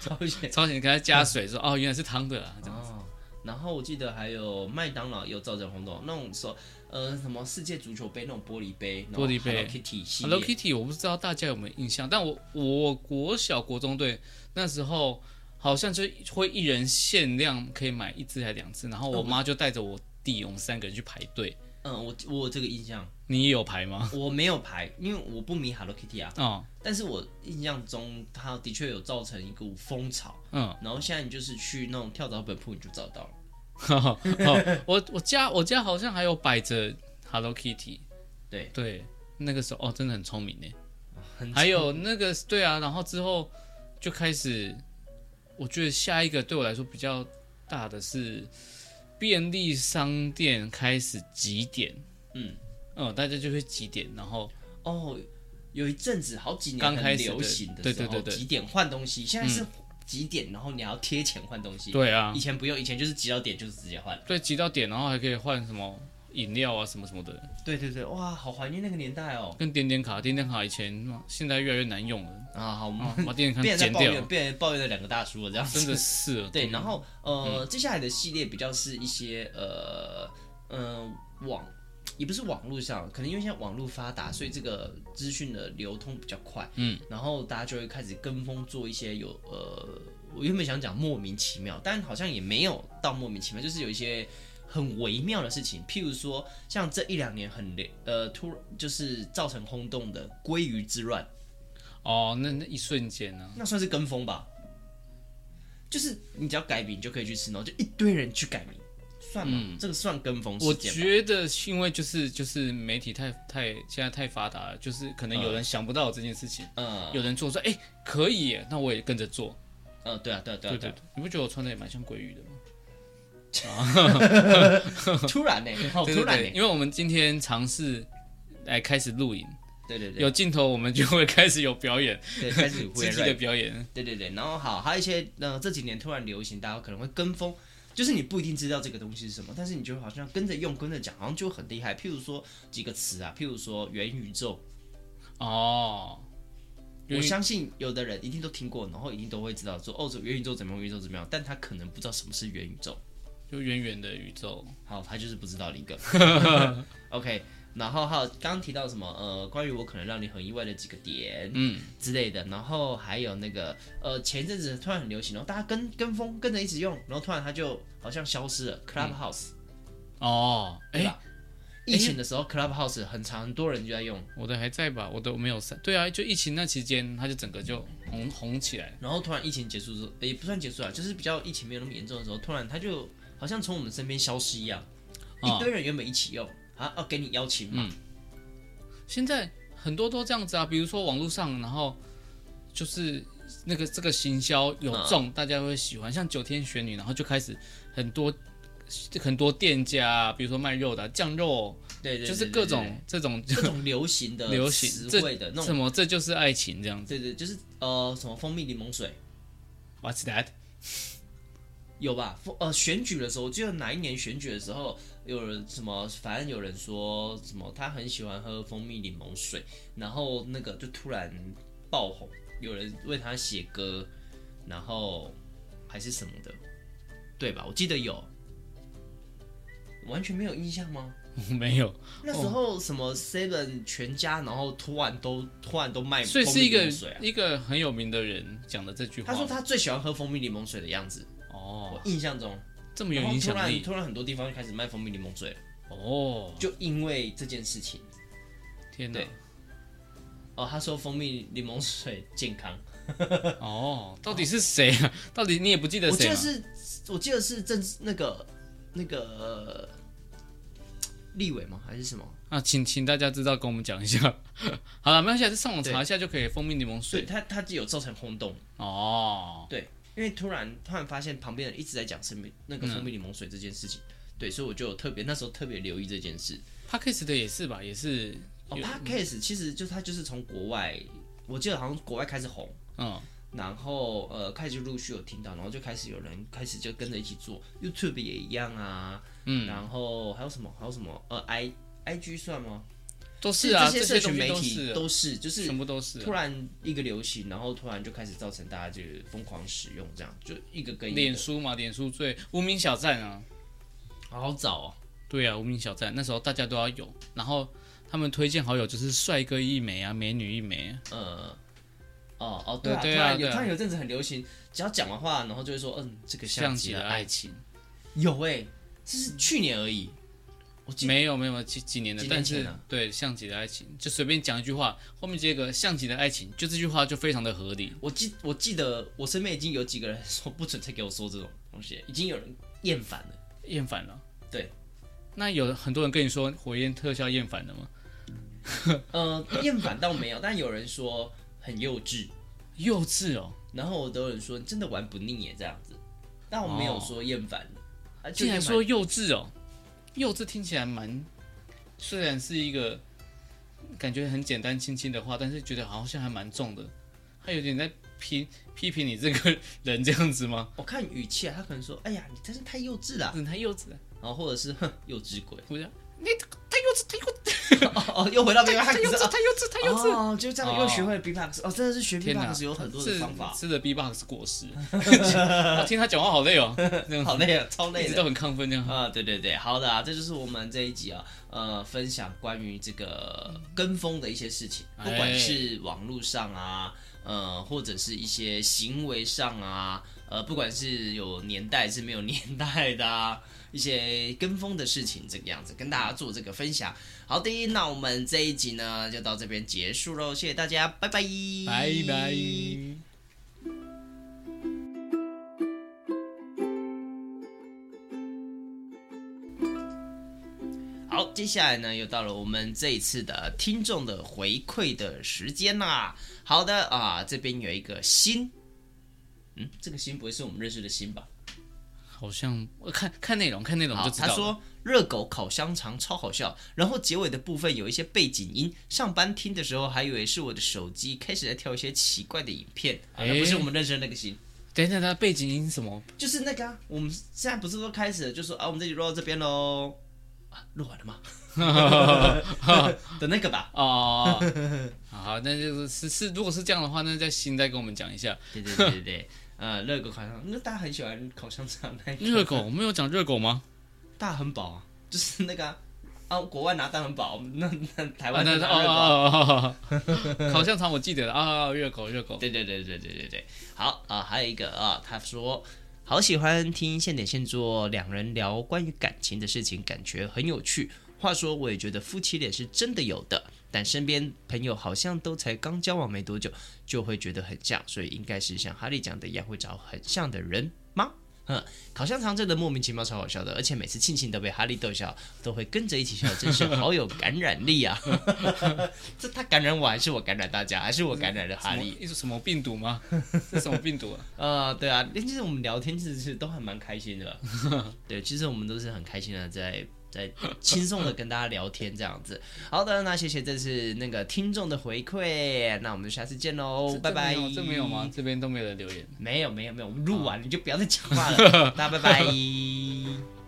S2: 超咸。
S1: 超咸，给它加水说， 哦，原来是汤的啦，这样
S2: 哦，然后我记得还有麦当劳也有造成轰动，那种说呃什么世界足球杯那种玻璃杯，然后
S1: 玻璃杯
S2: Hello Kitty 系
S1: Hello
S2: 列，
S1: Kitty，我不知道大家有没有印象，但我我国小国中队那时候好像就会一人限量可以买一只还两只，然后我妈就带着我弟，我们三个人去排队。
S2: 嗯，我我有这个印象，
S1: 你也有排 吗？
S2: 我没有排，因为我不迷 Hello Kitty 啊，
S1: 哦，
S2: 但是我印象中它的确有造成一股风潮，
S1: 嗯，
S2: 然后现在你就是去那种跳蚤本铺你就找到了，
S1: 好，我我家我家好像还有摆着 Hello Kitty，
S2: 对
S1: 对，那个时候哦，真的很聪明呢。
S2: 很
S1: 还有那个对啊，然后之后就开始，我觉得下一个对我来说比较大的是便利商店开始集点，
S2: 嗯
S1: 嗯，大家就会集点，然后
S2: 哦，有一阵子好几年
S1: 刚
S2: 很
S1: 开始
S2: 流
S1: 的
S2: 行的
S1: 对
S2: 时候，
S1: 对对对
S2: 几点换东西，现在是几点，然后你还要贴钱换东西。
S1: 对啊
S2: 以，前不用，以前就是几到点就是直接换。
S1: 对，集到点，然后还可以换什么饮料啊，什么什么的，
S2: 对对对，哇，好怀念那个年代哦。
S1: 跟点点卡，点点卡以前现在越来越难用了，
S2: 啊，好，我们
S1: 啊，把点点卡
S2: 变成
S1: 剪
S2: 在抱
S1: 掉
S2: 怨，，变成抱怨了两个大叔了这样
S1: 真
S2: 子。
S1: 的嗯是啊
S2: 对，然后呃，接下来的系列比较是一些呃嗯、网，也不是网络上，可能因为现在网络发达，所以这个资讯的流通比较快。
S1: 嗯，
S2: 然后大家就会开始跟风做一些有呃，我原本想讲莫名其妙，但好像也没有到莫名其妙，就是有一些很微妙的事情，譬如说像这一两年很流呃突就是造成轰动的鲑鱼之乱，
S1: 哦，那那一瞬间呢、
S2: 那算是跟风吧，就是你只要改名就可以去吃，然后就一堆人去改名，算吗？
S1: 嗯
S2: 这个算跟风
S1: 我
S2: 事件吧。
S1: 觉得是因为就是就是媒体太太现在太发达了，就是可能有人想不到这件事情，
S2: 嗯
S1: 有人做说哎、可以耶，那我也跟着做。
S2: 嗯，对啊对啊对啊
S1: 对对
S2: 对
S1: 对，你不觉得我穿的也蛮像鲑 鱼的吗？
S2: 啊，突然 呢、好
S1: 对
S2: 突
S1: 对
S2: 然呢、
S1: 对，因为我们今天尝试来开始录影，
S2: 对对对，
S1: 有镜头我们就会开始有表 演，
S2: 对开 始回
S1: 自
S2: 来
S1: 己的表演。
S2: 对对对，然后好，还有一些呃这几年突然流行，大家可能会跟风，就是你不一定知道这个东西是什么，但是你就好像跟着用、跟着讲，好像就很厉害。譬如说几个词啊，譬如说元宇宙，
S1: 哦，元
S2: 我
S1: 宇
S2: 相信有的人一定都听过，然后一定都会知道说哦，这元宇宙怎么样，元宇宙怎么样，但他可能不知道什么是元宇宙。
S1: 就圆圆的宇宙，
S2: 好，他就是不知道的 一个。OK，然后还有刚刚提到什么呃，关于我可能让你很意外的几个点，
S1: 嗯，
S2: 之类的，然后还有那个呃，前一阵子突然很流行，然后大家跟跟风跟着一直用，然后突然它就好像消失了。Clubhouse、
S1: 哦，
S2: 对啊
S1: 哎
S2: 吧，疫情的时候，Clubhouse 很长，很多人就在用，
S1: 我的还在吧，我的没有删。对啊，就疫情那期间，它就整个就红红起来。
S2: 然后突然疫情结束之后，也不算结束啊，就是比较疫情没有那么严重的时候，突然它就好像从我们身边消失一样，
S1: 啊
S2: 一堆人原本一起用，啊，要给你邀请
S1: 嗯
S2: 码，
S1: 现在很多都这样子啊，比如说网络上，然后就是那个这个行销有
S2: 嗯
S1: 中，大家会喜欢，像九天玄女，然后就开始很多很多店家，比如说卖肉的啊、酱肉，
S2: 对对对，
S1: 就是
S2: 对
S1: 各
S2: 对
S1: 种这种
S2: 各种流行的
S1: 流行，
S2: 词汇的
S1: 这
S2: 那
S1: 什
S2: 种，
S1: 么这就是爱情这样子。
S2: 对对，就是呃什么蜂蜜柠檬水
S1: What's that？
S2: 有吧？蜂呃选举的时候，我记得哪一年选举的时候，有人什么，反正有人说什么他很喜欢喝蜂蜜柠檬水，然后那个就突然爆红，有人为他写歌，然后还是什么的，对吧？我记得有，完全没有印象吗？
S1: 没有，
S2: 那时候什么 Seven 全家，然后突然都突然都卖
S1: 所以
S2: 蜂
S1: 是
S2: 蜜
S1: 一
S2: 柠
S1: 个
S2: 檬水啊。
S1: 一个很有名的人讲的这句话。
S2: 他说他最喜欢喝蜂蜜柠檬水的样子，
S1: 哦，
S2: 我印象中。
S1: 这么有
S2: 然后
S1: 影
S2: 突
S1: 响
S2: 然
S1: 力
S2: 突然很多地方就开始卖蜂蜜柠檬水了，
S1: 哦！
S2: 就因为这件事情。
S1: 天哪
S2: 对，哦，他说蜂蜜柠檬水健康，
S1: 哦，到底是谁啊？ 到底你也不记得
S2: 我记
S1: 谁
S2: 得
S1: 吗？
S2: 是，我记得是政治那个那个呃立委吗？还是什么？
S1: 啊，请请大家知道跟我们讲一下。 好了，没关系，还是上网查一下就可以蜂蜜柠檬水
S2: 对他，他就有造成轰动。
S1: 哦。
S2: 对，因为突然突然发现旁边人一直在讲生命那个蜂蜜柠檬水这件事情，对，所以我就有特别那时候特别留意这件事。
S1: Podcast 的也是吧，也是
S2: 哦，Podcast 其实就它就是从国外，我记得好像国外开始红，
S1: 嗯
S2: 然后呃开始就陆续有听到，然后就开始有人开始就跟着一起做，YouTube 也一样啊，
S1: 嗯，
S2: 然后还有什么还有什么呃 I IG 算吗？
S1: 都是啊，
S2: 这些
S1: 这
S2: 社
S1: 群
S2: 群媒
S1: 都
S2: 体
S1: 是
S2: 都是就是
S1: 全部都是
S2: 突然一个流行，然后突然就开始造成大家就疯狂使用，这样就一个跟一
S1: 脸
S2: 个，
S1: 书嘛，脸书最无名小站啊。
S2: 好早哦。
S1: 对啊，无名小站那时候大家都要有，然后他们推荐好友就是帅哥一枚啊，美女一枚啊。
S2: 呃，哦哦，对啊，
S1: 对
S2: 突
S1: 啊
S2: 然有
S1: 对啊
S2: 突然有阵子很流行，只要讲完话，然后就会说，嗯，这个像
S1: 像
S2: 极
S1: 极
S2: 了
S1: 了
S2: 爱
S1: 爱
S2: 情。
S1: 情，
S2: 有哎、这是去年而已。我记
S1: 没有没有几几年的，
S2: 几年
S1: 但
S2: 前
S1: 是
S2: 啊
S1: 对像极了爱情，就随便讲一句话，后面接个像极了爱情，就这句话就非常的合理。
S2: 我记我记得我身边已经有几个人说不准再给我说这种东西，已经有人厌烦 了。
S1: 厌烦了。
S2: 对，
S1: 那有很多人跟你说火焰特效厌烦了吗？
S2: 呃，厌烦倒没有，但有人说很幼稚，
S1: 幼稚哦，
S2: 然后都有人说你真的玩不腻耶这样子，但我没有说厌烦的。啊，就
S1: 竟然
S2: 厌烦
S1: 说幼稚哦，幼稚听起来蛮，虽然是一个感觉很简单轻轻的话，但是觉得好像还蛮重的，他有点在批批评你这个人这样子吗？
S2: 我看语气啊，他可能说，哎呀，你真是太幼稚了，
S1: 人太幼稚了，
S2: 然后或者是哼，幼稚鬼。
S1: 我就你太幼稚，太幼稚，
S2: 哦哦，又回到 没有，
S1: 太
S2: 他可
S1: 幼
S2: 是
S1: 稚，太幼稚，太幼稚。
S2: 哦，就这样又学会了 B-box 哦，真的是学
S1: 天哪
S2: B-box 有很多的方法，
S1: 吃了 B-box 果 实，我听他讲话好累哦，
S2: 好累啊，超
S1: 一
S2: 累
S1: 直
S2: 的。
S1: 都很亢奋这样。
S2: 啊、对对对，好的啊，这就是我们这一集啊，呃，分享关于这个跟风的一些事情，不管
S1: 哎
S2: 是网络上啊，呃，或者是一些行为上啊，呃，不管是有年代是没有年代的、啊，一些跟风的事情这个样子，跟大家做这个分享。好的，那我们这一集呢就到这边结束喽，谢谢大家，拜拜，
S1: 拜拜。
S2: 好，接下来呢，又到了我们这一次的听众的回馈的时间啦。好的啊，这边有一个新，嗯，这个新不会是我们认识的新吧？
S1: 好像我看看内容，看内容
S2: 好，
S1: 就知
S2: 他
S1: 道了。
S2: 说热狗烤香肠超好笑，然后结尾的部分有一些背景音，上班听的时候还以为是我的手机开始在跳一些奇怪的影片，啊，那不是
S1: 诶
S2: 我们认识的那个新。
S1: 等一下，他背景音是什 么？
S2: 就是那个、啊，我们现在不是都开始了就说啊，我们这集录到这边喽，啊，录完了吗？ 的那个吧，
S1: 哦，好，那就是是是，如果是这样的话，那再新再跟我们讲一下
S2: 对对对对对，呃，热狗烤香，那大家很喜欢烤香肠那一
S1: 热狗。我们有讲热狗吗？
S2: 大汉堡啊，就是那个啊，啊国外拿大汉堡，我们那那台
S1: 啊，
S2: 湾
S1: 那
S2: 拿
S1: 哦
S2: 大汉堡。
S1: 哦哦哦哦， 烤香肠我记得了啊，热狗热狗。
S2: 对对对对对对对，好啊，还有一个啊，他说好喜欢听现点现做两人聊关于感情的事情，感觉很有趣。话说，我也觉得夫妻脸是真的有的，但身边朋友好像都才刚交往没多久，就会觉得很像，所以应该是像哈利讲的一样，会找很像的人吗？嗯哼，烤香肠真的莫名其妙超好笑的，而且每次庆幸都被哈利逗笑，都会跟着一起笑，真是好有感染力啊！ 这他感染我，还是我感染大家，还是我感染了哈
S1: 什么
S2: 利？
S1: 一种什么病毒 吗？是什么病毒啊？
S2: 啊，对啊，其实我们聊天其实是都还蛮开心的， 对，其实我们都是很开心的在。在轻松的跟大家聊天这样子，好的，那谢谢这次那个听众的回馈，那我们就下次见喽，
S1: 这
S2: 哦拜拜
S1: 这没有。这没有吗？？啊这边都没有人留言。
S2: 没有没有没有，我们录完你就不要再讲话了，大家拜拜。